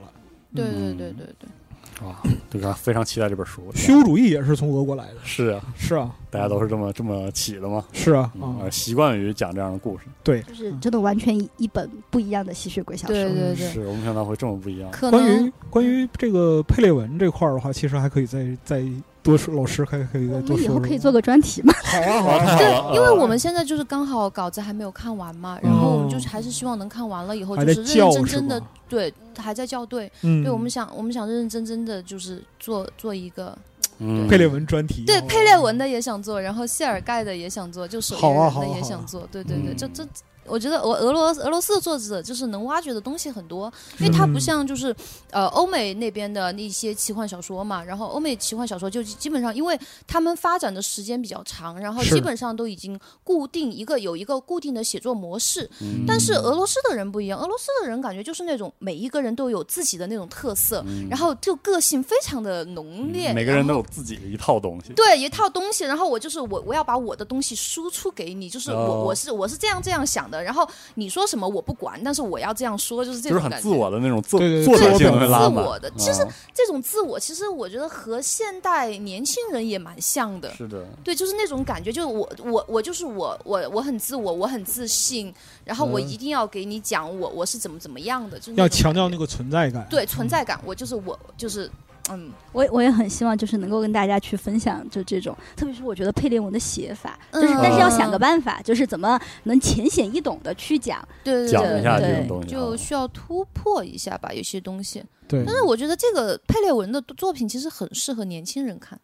Speaker 3: 对对
Speaker 1: 嗯
Speaker 3: 对对对，
Speaker 2: 哦
Speaker 1: 啊，对吧？非常期待这本 书。
Speaker 2: 虚无主义也是从俄国来的，
Speaker 1: 是啊，
Speaker 2: 是啊，
Speaker 1: 大家都是这么这么起的嘛，
Speaker 2: 是啊，啊、
Speaker 1: 嗯，而习惯于讲这样的故事，
Speaker 4: 就是真的完全一一本不一样的吸血鬼小说。
Speaker 3: 对对对，
Speaker 1: 是我没想到会这么不一样。
Speaker 3: 可
Speaker 2: 关
Speaker 3: 能
Speaker 2: 于关于这个佩列文这块儿的话，其实还可以再再多说，老师还可以再
Speaker 4: 我
Speaker 2: 多说
Speaker 4: 们以
Speaker 2: 说。
Speaker 4: 后可以做个专题嘛？
Speaker 2: 好
Speaker 3: 哦
Speaker 2: 啊，好
Speaker 1: 哇，
Speaker 2: 啊，
Speaker 1: 太好了！
Speaker 3: 因为
Speaker 1: 啊
Speaker 3: 我们现在就是刚好稿子还没有看完嘛，然后我们就是还是希望能看完了以后
Speaker 2: 还
Speaker 3: 就
Speaker 2: 在
Speaker 3: 是认认
Speaker 2: 叫
Speaker 3: 真
Speaker 2: 是
Speaker 3: 真的
Speaker 2: 吧？
Speaker 3: 对还在校对，
Speaker 2: 嗯，
Speaker 3: 对我们想我们想认认真真的就是做做一个
Speaker 1: 嗯
Speaker 2: 佩列文专题，
Speaker 3: 对
Speaker 2: 哦
Speaker 3: 佩列文的也想做，然后谢尔盖的也想做，就手
Speaker 2: 好
Speaker 3: 艺
Speaker 2: 啊好啊
Speaker 3: 人的也
Speaker 2: 好啊
Speaker 3: 想做，对对对，
Speaker 1: 嗯
Speaker 3: 这这。我觉得俄俄罗斯俄罗斯的作者就是能挖掘的东西很多，因为它
Speaker 2: 嗯
Speaker 3: 不像就是呃欧美那边的那些奇幻小说嘛，然后欧美奇幻小说就基本上因为他们发展的时间比较长，然后
Speaker 2: 是
Speaker 3: 基本上都已经固定一个有一个固定的写作模式，
Speaker 1: 嗯
Speaker 3: 但是俄罗斯的人不一样，俄罗斯的人感觉就是那种每一个人都有自己的那种特色，
Speaker 1: 嗯
Speaker 3: 然后就个性非常的浓烈，
Speaker 1: 每个人
Speaker 3: 然后
Speaker 1: 都有自己的一套东西。
Speaker 3: 对一套东西，然后我就是我，我要把我的东西输出给你，就是我、
Speaker 1: 哦
Speaker 3: 我是我是这样这样想的，然后你说什么我不管，但是我要这样说，就是这
Speaker 1: 就是
Speaker 3: 种
Speaker 1: 很
Speaker 3: 感觉。
Speaker 1: 自我的那种作
Speaker 2: 对对对
Speaker 1: 作者
Speaker 2: 对
Speaker 1: 性
Speaker 2: 对
Speaker 1: 的
Speaker 2: 对
Speaker 1: 拉
Speaker 3: 自
Speaker 1: 满
Speaker 3: 我的
Speaker 1: 啊
Speaker 3: 其实这种自我，其实我觉得和现代年轻人也蛮像的。
Speaker 1: 是的，
Speaker 3: 对，就是那种感觉，就是我我我就是我我我很自我，我很自信，然后我
Speaker 1: 嗯
Speaker 3: 一定要给你讲我我是怎么怎么样的，就是那
Speaker 2: 要
Speaker 3: 种
Speaker 2: 强调
Speaker 3: 感
Speaker 2: 那
Speaker 3: 觉
Speaker 2: 个嗯存在感，
Speaker 3: 对存在感，我就是我就是嗯
Speaker 4: 我我也很希望就是能够跟大家去分享，就这种，特别是我觉得佩列文的写法，就是、
Speaker 3: 嗯
Speaker 4: 但是要想个办法，就是怎么能浅显易懂的去讲。
Speaker 3: 对对
Speaker 1: 讲
Speaker 3: 对
Speaker 1: 一下
Speaker 4: 对
Speaker 1: 这种东西啊，
Speaker 3: 就需要突破一下吧，有些东西。
Speaker 2: 嗯对
Speaker 3: 但是我觉得这个佩列文的作品其实很适合年轻人看，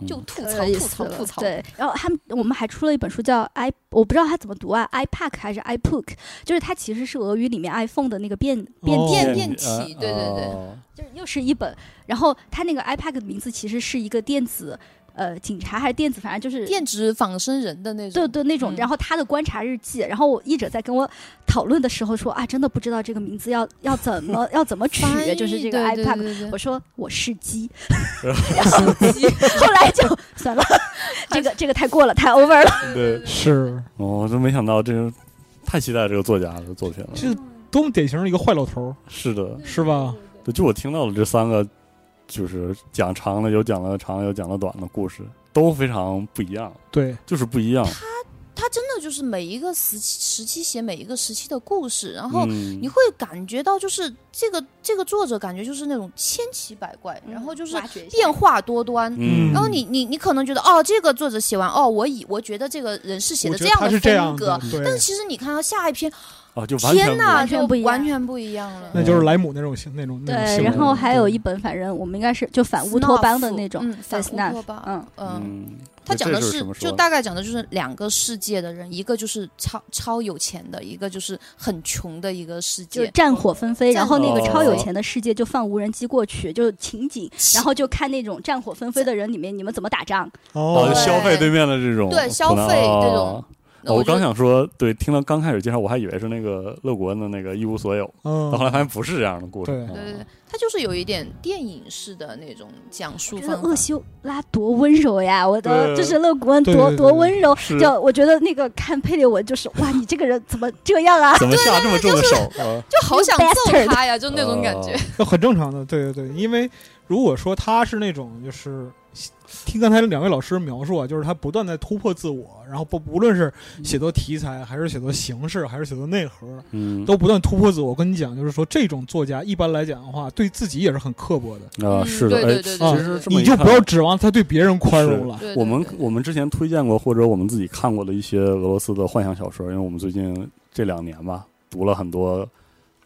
Speaker 1: 嗯
Speaker 3: 就吐
Speaker 4: 可
Speaker 3: 槽、
Speaker 4: 以
Speaker 3: 吐槽、呃吐槽。
Speaker 4: 对，然后他们我们还出了一本书叫 i，我不知道它怎么读啊，iPad 还是 iPook，就是它其实是俄语里面 iPhone 的那个变变
Speaker 2: 哦
Speaker 4: 体，
Speaker 3: 变
Speaker 1: 你
Speaker 3: 变体
Speaker 1: 啊
Speaker 3: 对对对
Speaker 1: 哦
Speaker 4: 就是又是一本。然后它那个 iPad 的名字其实是一个电子呃警察还是电子，反正就是
Speaker 3: 电子仿生人的那种，
Speaker 4: 对对，那种
Speaker 3: 嗯，
Speaker 4: 然后他的观察日记，然后我译者在跟我讨论的时候说啊，真的不知道这个名字要要怎么要怎么取
Speaker 3: 翻，译
Speaker 4: 就是这个
Speaker 3: 对对
Speaker 4: iPad。
Speaker 3: 对对
Speaker 4: 我说我是 鸡，
Speaker 3: 对
Speaker 4: 后来就算了，这个这个太过了，太 over 了。
Speaker 1: 对，
Speaker 2: 是
Speaker 1: 哦我都没想到这个，太期待这个作家的作品了。
Speaker 2: 这多么典型的一个坏老头儿，
Speaker 1: 是的，
Speaker 2: 是吧？
Speaker 1: 对就我听到了这三个，就是讲长的有讲的长有讲的短的故事，都非常不一样，
Speaker 2: 对，
Speaker 1: 就是不一样。
Speaker 3: 他真的就是每一个时期时期写每一个时期的故事，然后
Speaker 1: 嗯
Speaker 3: 你会感觉到就是这个这个作者感觉就是那种千奇百怪，嗯
Speaker 4: 嗯
Speaker 3: 然后就是变化多端。
Speaker 1: 嗯，
Speaker 3: 然后你你你可能觉得哦，这个作者写完哦，我以我觉得这个人是写
Speaker 2: 我
Speaker 3: 的
Speaker 2: 觉
Speaker 3: 这
Speaker 2: 得
Speaker 3: 样
Speaker 2: 他是这样
Speaker 3: 风
Speaker 2: 的
Speaker 3: 格，，
Speaker 2: 对
Speaker 3: 但是其实你看到下一篇，
Speaker 1: 啊，就完全不
Speaker 3: 天
Speaker 1: 一样
Speaker 4: 完全
Speaker 3: 就
Speaker 4: 不一样
Speaker 3: 完全不一样了。
Speaker 2: 那就是莱姆那种型那种那种
Speaker 4: 对，
Speaker 2: 性格
Speaker 4: 然后还有一本，反正我们应该是就反乌托邦的那种，
Speaker 3: 嗯，反乌托邦，
Speaker 4: 嗯
Speaker 3: 嗯，
Speaker 1: 嗯，
Speaker 3: 他
Speaker 1: 那
Speaker 3: 讲
Speaker 1: 这
Speaker 3: 的
Speaker 1: 是
Speaker 3: 是
Speaker 1: 什么，说
Speaker 3: 就大概讲的就是两个世界的人，一个就是超超有钱的，一个就是很穷的一个世
Speaker 4: 就是
Speaker 3: 界。
Speaker 4: 战火纷飞，
Speaker 3: 战
Speaker 4: 然后那个
Speaker 1: 火
Speaker 4: 超有
Speaker 3: 哦
Speaker 4: 钱的世界就放无人机过去，就情景，然后就看那种战火纷飞的人里面你们怎么打仗，
Speaker 1: 哦，
Speaker 2: 哦
Speaker 1: 就
Speaker 3: 对
Speaker 1: 消费对面的这种
Speaker 3: 对消
Speaker 1: 可能
Speaker 3: 费这
Speaker 1: 哦哦
Speaker 3: 种
Speaker 1: 我
Speaker 3: 觉
Speaker 1: 刚
Speaker 3: 得
Speaker 1: 想说，对，听到刚开始介绍，我还以为是那个乐国恩的那个一无所有，
Speaker 2: 嗯
Speaker 1: 到后来发现不是这样的故事。
Speaker 2: 对
Speaker 1: 嗯
Speaker 3: 对对对，他就是有一点电影式的那种讲述
Speaker 4: 觉得
Speaker 3: 方
Speaker 4: 厄
Speaker 3: 法。
Speaker 4: 修拉多温柔呀！我的
Speaker 1: 对
Speaker 4: 就是勒古恩
Speaker 2: 对
Speaker 4: 多
Speaker 2: 对对
Speaker 4: 多温柔，
Speaker 1: 是
Speaker 4: 就我觉得那个看佩列文就是哇，你这个人怎么这样啊？
Speaker 1: 怎么下这么重的手？哦啊
Speaker 3: 就好想
Speaker 4: You
Speaker 3: 揍
Speaker 4: bastard
Speaker 3: 他呀，就那种感觉。
Speaker 2: 那很正常的，对对对，因为如果说他是那种就是。听刚才两位老师描述啊，就是他不断在突破自我，然后不无论是写作题材，还是写作形式，还是写作内核，
Speaker 1: 嗯，
Speaker 2: 都不断突破自我。我跟你讲，就是说这种作家一般来讲的话，对自己也是很刻薄的。
Speaker 1: 啊，
Speaker 3: 嗯
Speaker 1: 是的，
Speaker 3: 对
Speaker 1: 哎
Speaker 3: 对，对
Speaker 2: 啊
Speaker 3: 对，
Speaker 1: 其实这么
Speaker 2: 你
Speaker 1: 一
Speaker 2: 就
Speaker 1: 看
Speaker 2: 不要指望他对别人宽容了。
Speaker 3: 对
Speaker 1: 我们
Speaker 3: 对
Speaker 1: 我们之前推荐过或者我们自己看过的一些俄罗斯的幻想小说，因为我们最近这两年吧读了很多，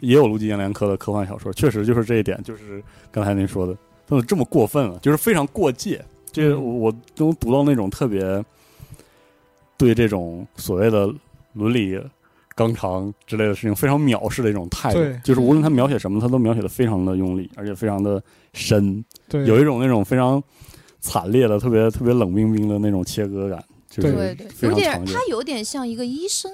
Speaker 1: 也有卢基扬连科的科幻小说，确实就是这一点，就是刚才您说的，他怎么这么过分了、啊就是非常过界，这
Speaker 2: 嗯
Speaker 1: 我我都读到那种特别对这种所谓的伦理。纲常之类的事情非常藐视的一种态度
Speaker 2: 对，
Speaker 1: 就是
Speaker 3: 嗯
Speaker 1: 无论他描写什么，他都描写的非常的用力，而且非常的深，
Speaker 2: 对，
Speaker 1: 有一种那种非常惨烈的、特别特别冷冰冰的那种切割感，就
Speaker 2: 对
Speaker 1: 是
Speaker 3: 对对，
Speaker 1: 非
Speaker 3: 有
Speaker 1: 常
Speaker 3: 点
Speaker 1: 常见
Speaker 3: 他。有点像一个医生，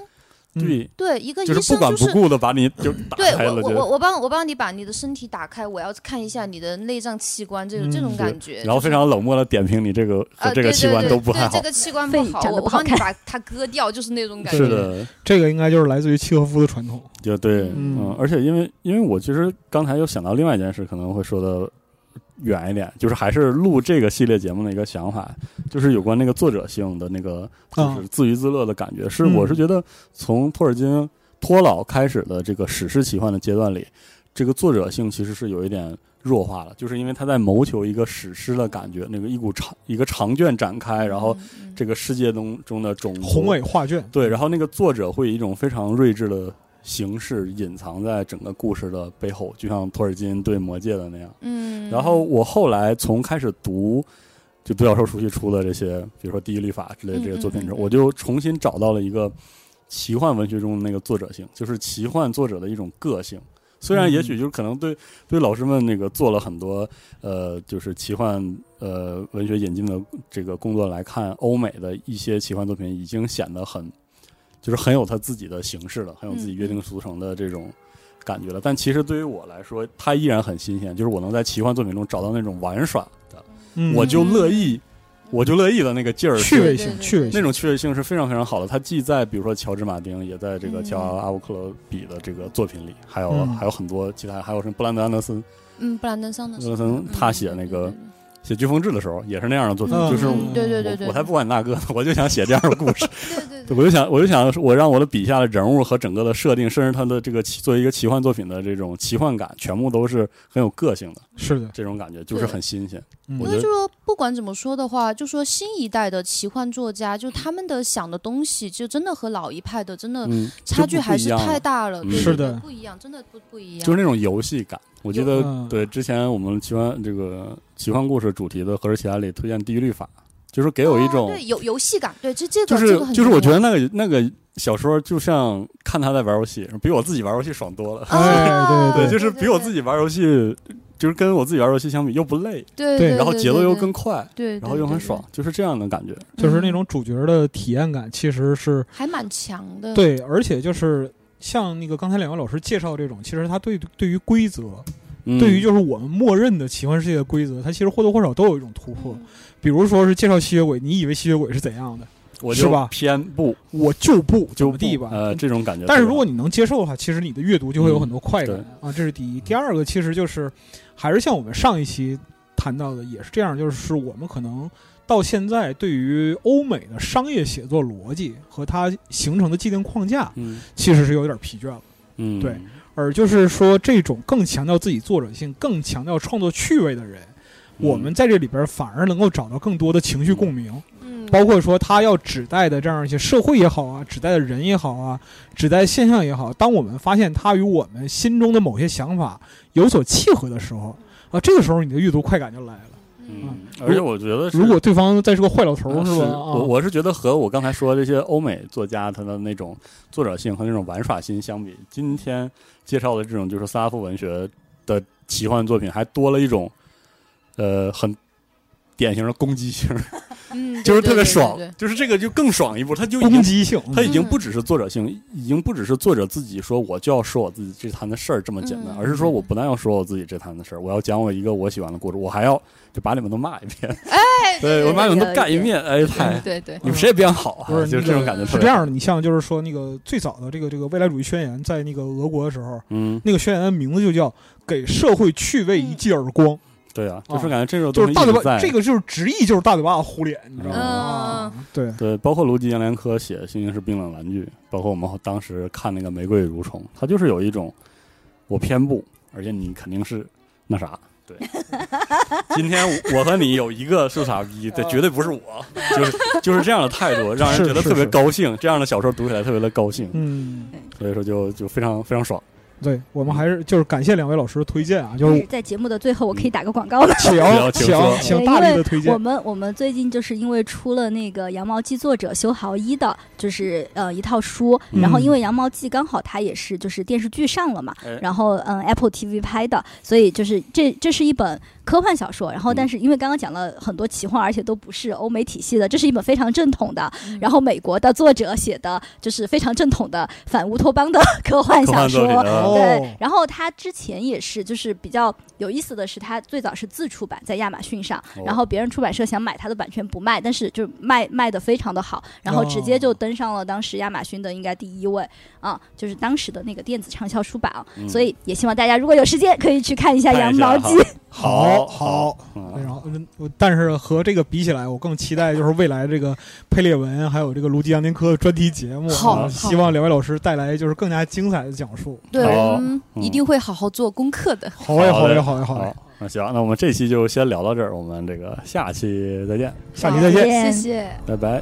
Speaker 2: 嗯，
Speaker 3: 对一个医
Speaker 1: 就
Speaker 3: 生
Speaker 1: 是不管
Speaker 3: 就
Speaker 1: 不
Speaker 3: 是。
Speaker 1: 顾的把你就打
Speaker 3: 对
Speaker 1: 开
Speaker 3: 我
Speaker 1: 了，
Speaker 3: 我我
Speaker 1: 就
Speaker 3: 我帮我帮你把你的身体打开，我要看一下你的内脏器官，这种、
Speaker 2: 嗯
Speaker 3: 这种
Speaker 2: 是
Speaker 3: 感觉。
Speaker 1: 然后非常冷漠的点评你这个和
Speaker 3: 呃，
Speaker 1: 这
Speaker 3: 对
Speaker 1: 个
Speaker 3: 对
Speaker 1: 器
Speaker 3: 对
Speaker 1: 官
Speaker 3: 对，
Speaker 1: 都不太
Speaker 3: 对
Speaker 1: 好
Speaker 3: 这。个器官
Speaker 4: 肺
Speaker 3: 不好，
Speaker 4: 长得
Speaker 3: 我
Speaker 4: 不好
Speaker 3: 帮你
Speaker 4: 看
Speaker 3: 把它割掉，就是那种感觉。
Speaker 1: 是的，
Speaker 2: 这个应该就是来自于契诃夫的传统。
Speaker 1: 就对，
Speaker 2: 嗯
Speaker 1: 嗯，而且因为因为我其实刚才又想到另外一件事，可能会说的远一点，就是还是录这个系列节目的一个想法，就是有关那个作者性的那个就
Speaker 2: 啊
Speaker 1: 是自娱自乐的感觉，是
Speaker 2: 嗯
Speaker 1: 我是觉得从托尔金托老开始的这个史诗奇幻的阶段里，这个作者性其实是有一点。弱化了，就是因为他在谋求一个史诗的感觉，那个一股长一个长卷展开，然后
Speaker 3: 嗯
Speaker 1: 这个世界中中的种族
Speaker 2: 宏伟画卷，
Speaker 1: 对，然后那个作者会以一种非常睿智的形式隐藏在整个故事的背后，就像托尔金对《魔戒》的那样。
Speaker 3: 嗯，
Speaker 1: 然后我后来从开始读就独角兽熟悉出的这些，比如说《第一律法》之类的这些作品之后，
Speaker 3: 嗯嗯嗯嗯
Speaker 1: 我就重新找到了一个奇幻文学中的那个作者性，就是奇幻作者的一种个性。虽然也许
Speaker 3: 嗯
Speaker 1: 就是可能对对老师们那个做了很多呃，就是奇幻呃文学引进的这个工作来看，欧美的一些奇幻作品已经显得很就是很有他自己的形式了，很有自己
Speaker 3: 嗯
Speaker 1: 约定俗成的这种感觉了。但其实对于我来说，它依然很新鲜，就是我能在奇幻作品中找到那种玩耍的，
Speaker 2: 嗯
Speaker 1: 我就乐意，
Speaker 3: 嗯
Speaker 1: 我就乐意的那个劲儿
Speaker 2: 趣
Speaker 1: 是。
Speaker 2: 味
Speaker 3: 对
Speaker 2: 性，
Speaker 3: 对
Speaker 2: 趣味
Speaker 3: 对
Speaker 1: 那
Speaker 2: 性，
Speaker 1: 种趣味性是非常非常好的，它既在比如说乔治马丁，也在这个
Speaker 3: 嗯
Speaker 1: 乔阿乌克罗比的这个作品里，还有、
Speaker 2: 嗯
Speaker 1: 还有很多其他，还有什么布兰德安德森，
Speaker 3: 嗯，布兰登桑的
Speaker 1: 布兰德安德森他写那个写《飓风志》的时候也是那样的作品，
Speaker 2: 嗯
Speaker 1: 就是
Speaker 2: 嗯
Speaker 3: 对对对对，
Speaker 1: 我我才不管你大哥呢，我就想写这样的故事，
Speaker 3: 对对
Speaker 1: 对我就想，我就想，我让我的笔下的人物和整个的设定，甚至他的这个奇作为一个奇幻作品的这种奇幻感，全部都是很有个性的，
Speaker 2: 是的，
Speaker 1: 这种感觉就是
Speaker 3: 对
Speaker 1: 很新鲜。
Speaker 2: 嗯
Speaker 1: 我
Speaker 3: 因
Speaker 1: 觉
Speaker 3: 为
Speaker 1: 得
Speaker 3: 就说不管怎么说的话，就说新一代的奇幻作家，就他们的想的东西，就真的和老一派的真的
Speaker 1: 嗯，
Speaker 3: 差
Speaker 1: 就
Speaker 3: 距
Speaker 1: 不
Speaker 3: 还
Speaker 1: 一
Speaker 3: 是
Speaker 1: 样
Speaker 3: 太
Speaker 1: 了
Speaker 3: 大了，
Speaker 1: 嗯
Speaker 3: 对
Speaker 2: 是
Speaker 3: 对对
Speaker 2: 的
Speaker 3: 不一样，真的不不一样，
Speaker 1: 就是那种游戏感。我记得
Speaker 2: 嗯
Speaker 1: 对之前我们奇幻这个奇幻故事主题的《何氏奇案》里推荐《地狱律法》，就是给我一种
Speaker 3: 哦对游游戏感，对这这个
Speaker 1: 就是
Speaker 3: 这个很啊
Speaker 1: 就是我觉
Speaker 3: 重
Speaker 1: 得
Speaker 3: 要
Speaker 1: 那个那个小说就像看他在玩游戏，比我自己玩游戏爽多了。
Speaker 2: 哎
Speaker 3: 啊
Speaker 2: 对
Speaker 1: 对，就是比我自
Speaker 3: 己
Speaker 1: 己玩游戏，就是跟我自己玩游戏相比又不累，
Speaker 3: 对
Speaker 2: 对
Speaker 1: 然后节奏又更快，
Speaker 3: 对，对
Speaker 1: 然后又很爽，，就是这样的感觉。
Speaker 3: 对
Speaker 2: 就是那种主角的体验感，其实是
Speaker 3: 还蛮强的，
Speaker 2: 对，而且就是。像那个刚才两位老师介绍这种，其实他对对于规则，
Speaker 1: 嗯
Speaker 2: 对于就是我们默认的奇幻世界的规则，他其实或多或少都有一种突
Speaker 3: 嗯
Speaker 2: 破。比如说是介绍吸血鬼，你以为吸血鬼是怎样的，
Speaker 1: 我
Speaker 2: 是
Speaker 1: 就
Speaker 2: 吧
Speaker 1: 偏不
Speaker 2: 我就不怎
Speaker 1: 就
Speaker 2: 么
Speaker 1: 不
Speaker 2: 地吧，嗯
Speaker 1: 呃，这种感觉。
Speaker 2: 但是如果你能接受的话，其实你的阅读就会有很多快感、
Speaker 1: 嗯
Speaker 2: 啊，这是第一。第二个其实就是，还是像我们上一期谈到的，也是这样，就是我们可能到现在对于欧美的商业写作逻辑和它形成的既定框架，
Speaker 1: 嗯
Speaker 2: 其实是有点疲倦了。
Speaker 1: 嗯
Speaker 2: 对而就是说，这种更强调自己作者性、更强
Speaker 1: 嗯
Speaker 2: 调创作趣味的人，我们在这里边反而能够找到更多的情绪共鸣。
Speaker 3: 嗯，
Speaker 2: 包括说他要指代的这样一些社会也好啊，指代的人也好啊，指代现象也好，当我们发现它与我们心中的某些想法有所契合的时候啊，这个时候你的阅读快感就来了。
Speaker 1: 嗯，而且我觉得是
Speaker 2: 啊如果对方再是个坏老头
Speaker 1: 呃
Speaker 2: 儿，
Speaker 1: 是
Speaker 2: 吧？啊
Speaker 1: 我我是觉得和我刚才说的这些欧美作家他的那种作者性和那种玩耍心相比，今天介绍的这种就是斯拉夫文学的奇幻作品，还多了一种呃很典型的攻击性，
Speaker 3: 嗯，
Speaker 1: 就是
Speaker 3: 对
Speaker 1: 特别
Speaker 3: 对对
Speaker 1: 爽
Speaker 3: 对，
Speaker 1: 就是这个就更爽一步，他就已
Speaker 2: 攻
Speaker 1: 经
Speaker 2: 击性，
Speaker 1: 他已经
Speaker 3: 嗯
Speaker 1: 不只是作者性，已经不只是作者自己说我就要说我自己这摊的事儿这么简单，
Speaker 3: 嗯
Speaker 1: 而是说我不但要说我自己这摊的事儿，我要讲我一个我喜欢的故事，我还要就把你们都骂一遍，
Speaker 3: 哎，
Speaker 1: 对我
Speaker 3: 对
Speaker 1: 把你们
Speaker 4: 有
Speaker 1: 都
Speaker 4: 一
Speaker 1: 干一
Speaker 4: 点
Speaker 1: 遍，哎，太
Speaker 3: 嗯对对，
Speaker 1: 你们谁也别想好啊
Speaker 2: 不，是
Speaker 1: 就
Speaker 2: 那
Speaker 1: 这种
Speaker 3: 个
Speaker 1: 感觉特
Speaker 2: 是
Speaker 1: 别
Speaker 2: 这样的。你像就是说那个最早的这个这个未来主义宣言，在那个俄国的时候，
Speaker 1: 嗯，
Speaker 2: 那个宣言的名字就叫“给社会趣味一记耳光”，
Speaker 1: 对啊，
Speaker 2: 啊
Speaker 1: 就是感觉这种
Speaker 2: 就
Speaker 1: 东
Speaker 2: 是
Speaker 1: 西
Speaker 2: 大嘴
Speaker 1: 一直
Speaker 2: 巴，
Speaker 1: 在。
Speaker 2: 这个就是直译就是大嘴巴子呼脸，你知道吗？
Speaker 1: 嗯
Speaker 2: 啊对，
Speaker 1: 对，包括卢吉杨连科写《星星是冰冷玩具》，包括我们当时看那个《玫瑰与蠕虫》，它就是有一种我偏不，而且你肯定是那啥。对，今天我和你有一个是傻逼，这绝对不是
Speaker 4: 哦
Speaker 1: 我，就是就是这样的态度，让人觉得
Speaker 2: 是
Speaker 1: 特别
Speaker 2: 是
Speaker 1: 高兴。这样的小说读起来特别的高兴，
Speaker 2: 嗯，
Speaker 1: 所以说就就非常非常爽。
Speaker 2: 对，我们还
Speaker 1: 嗯
Speaker 2: 是就是感谢两位老师的推荐啊，就
Speaker 4: 就是是在节目的最后，我可以打个广告了。
Speaker 2: 请
Speaker 1: 要请
Speaker 2: 请
Speaker 1: 坐
Speaker 2: 请
Speaker 4: 对
Speaker 2: 大
Speaker 4: 因
Speaker 2: 力
Speaker 4: 为
Speaker 2: 的推
Speaker 4: 我
Speaker 2: 荐，
Speaker 4: 们我们最近就是因为出了那个《羊毛记》作者修豪一的，就是呃一套书，
Speaker 1: 嗯
Speaker 4: 然后因为《羊毛记》刚好它也是就是电视剧上了嘛，
Speaker 1: 哎
Speaker 4: 然后嗯 Apple TV 拍的，所以就是这这是一本科幻小说，然
Speaker 1: 嗯
Speaker 4: 后但是因为刚刚讲了很多奇幻，而且都不是欧美体系的，这是一本非常正统的，
Speaker 3: 嗯
Speaker 4: 然后美国的作者写的，就是非常正统的反乌托邦的科幻
Speaker 1: 科
Speaker 4: 小
Speaker 1: 幻作
Speaker 4: 说哦
Speaker 1: 品，啊，
Speaker 4: 对，然后他之前也是，就是比较有意思的是，他最早是自出版在亚马逊上，
Speaker 1: 哦
Speaker 4: 然后别人出版社想买他的版权不卖，但是就卖卖的非常的好，然后直接就登上了当时亚马逊的应该第一位啊，就是当时的那个电子畅销书榜。
Speaker 1: 嗯
Speaker 4: 所以也希望大家如果有时间可以去看一下《
Speaker 1: 看
Speaker 4: 羊
Speaker 1: 一下
Speaker 4: 毛
Speaker 1: 哈
Speaker 4: 记》，
Speaker 1: 好
Speaker 2: 好
Speaker 1: 好，嗯
Speaker 2: 然后，嗯我但是和这个比起来，我更期待就是未来这个佩列文还有这个卢吉杨丁科的专题节目啊，
Speaker 3: 好
Speaker 2: 希望两位老师带来就是更加精彩的讲述。
Speaker 3: 对
Speaker 1: 好
Speaker 3: 我们一
Speaker 1: 嗯
Speaker 3: 定会好好做功课的。
Speaker 2: 好嘞，
Speaker 1: 好嘞
Speaker 2: 嘞，好嘞，好嘞
Speaker 1: 好，，那行，那我们这期就先聊到这儿，我们这个下期再见，
Speaker 2: 下期再见。
Speaker 3: 谢谢。
Speaker 1: 拜拜。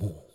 Speaker 5: 幕。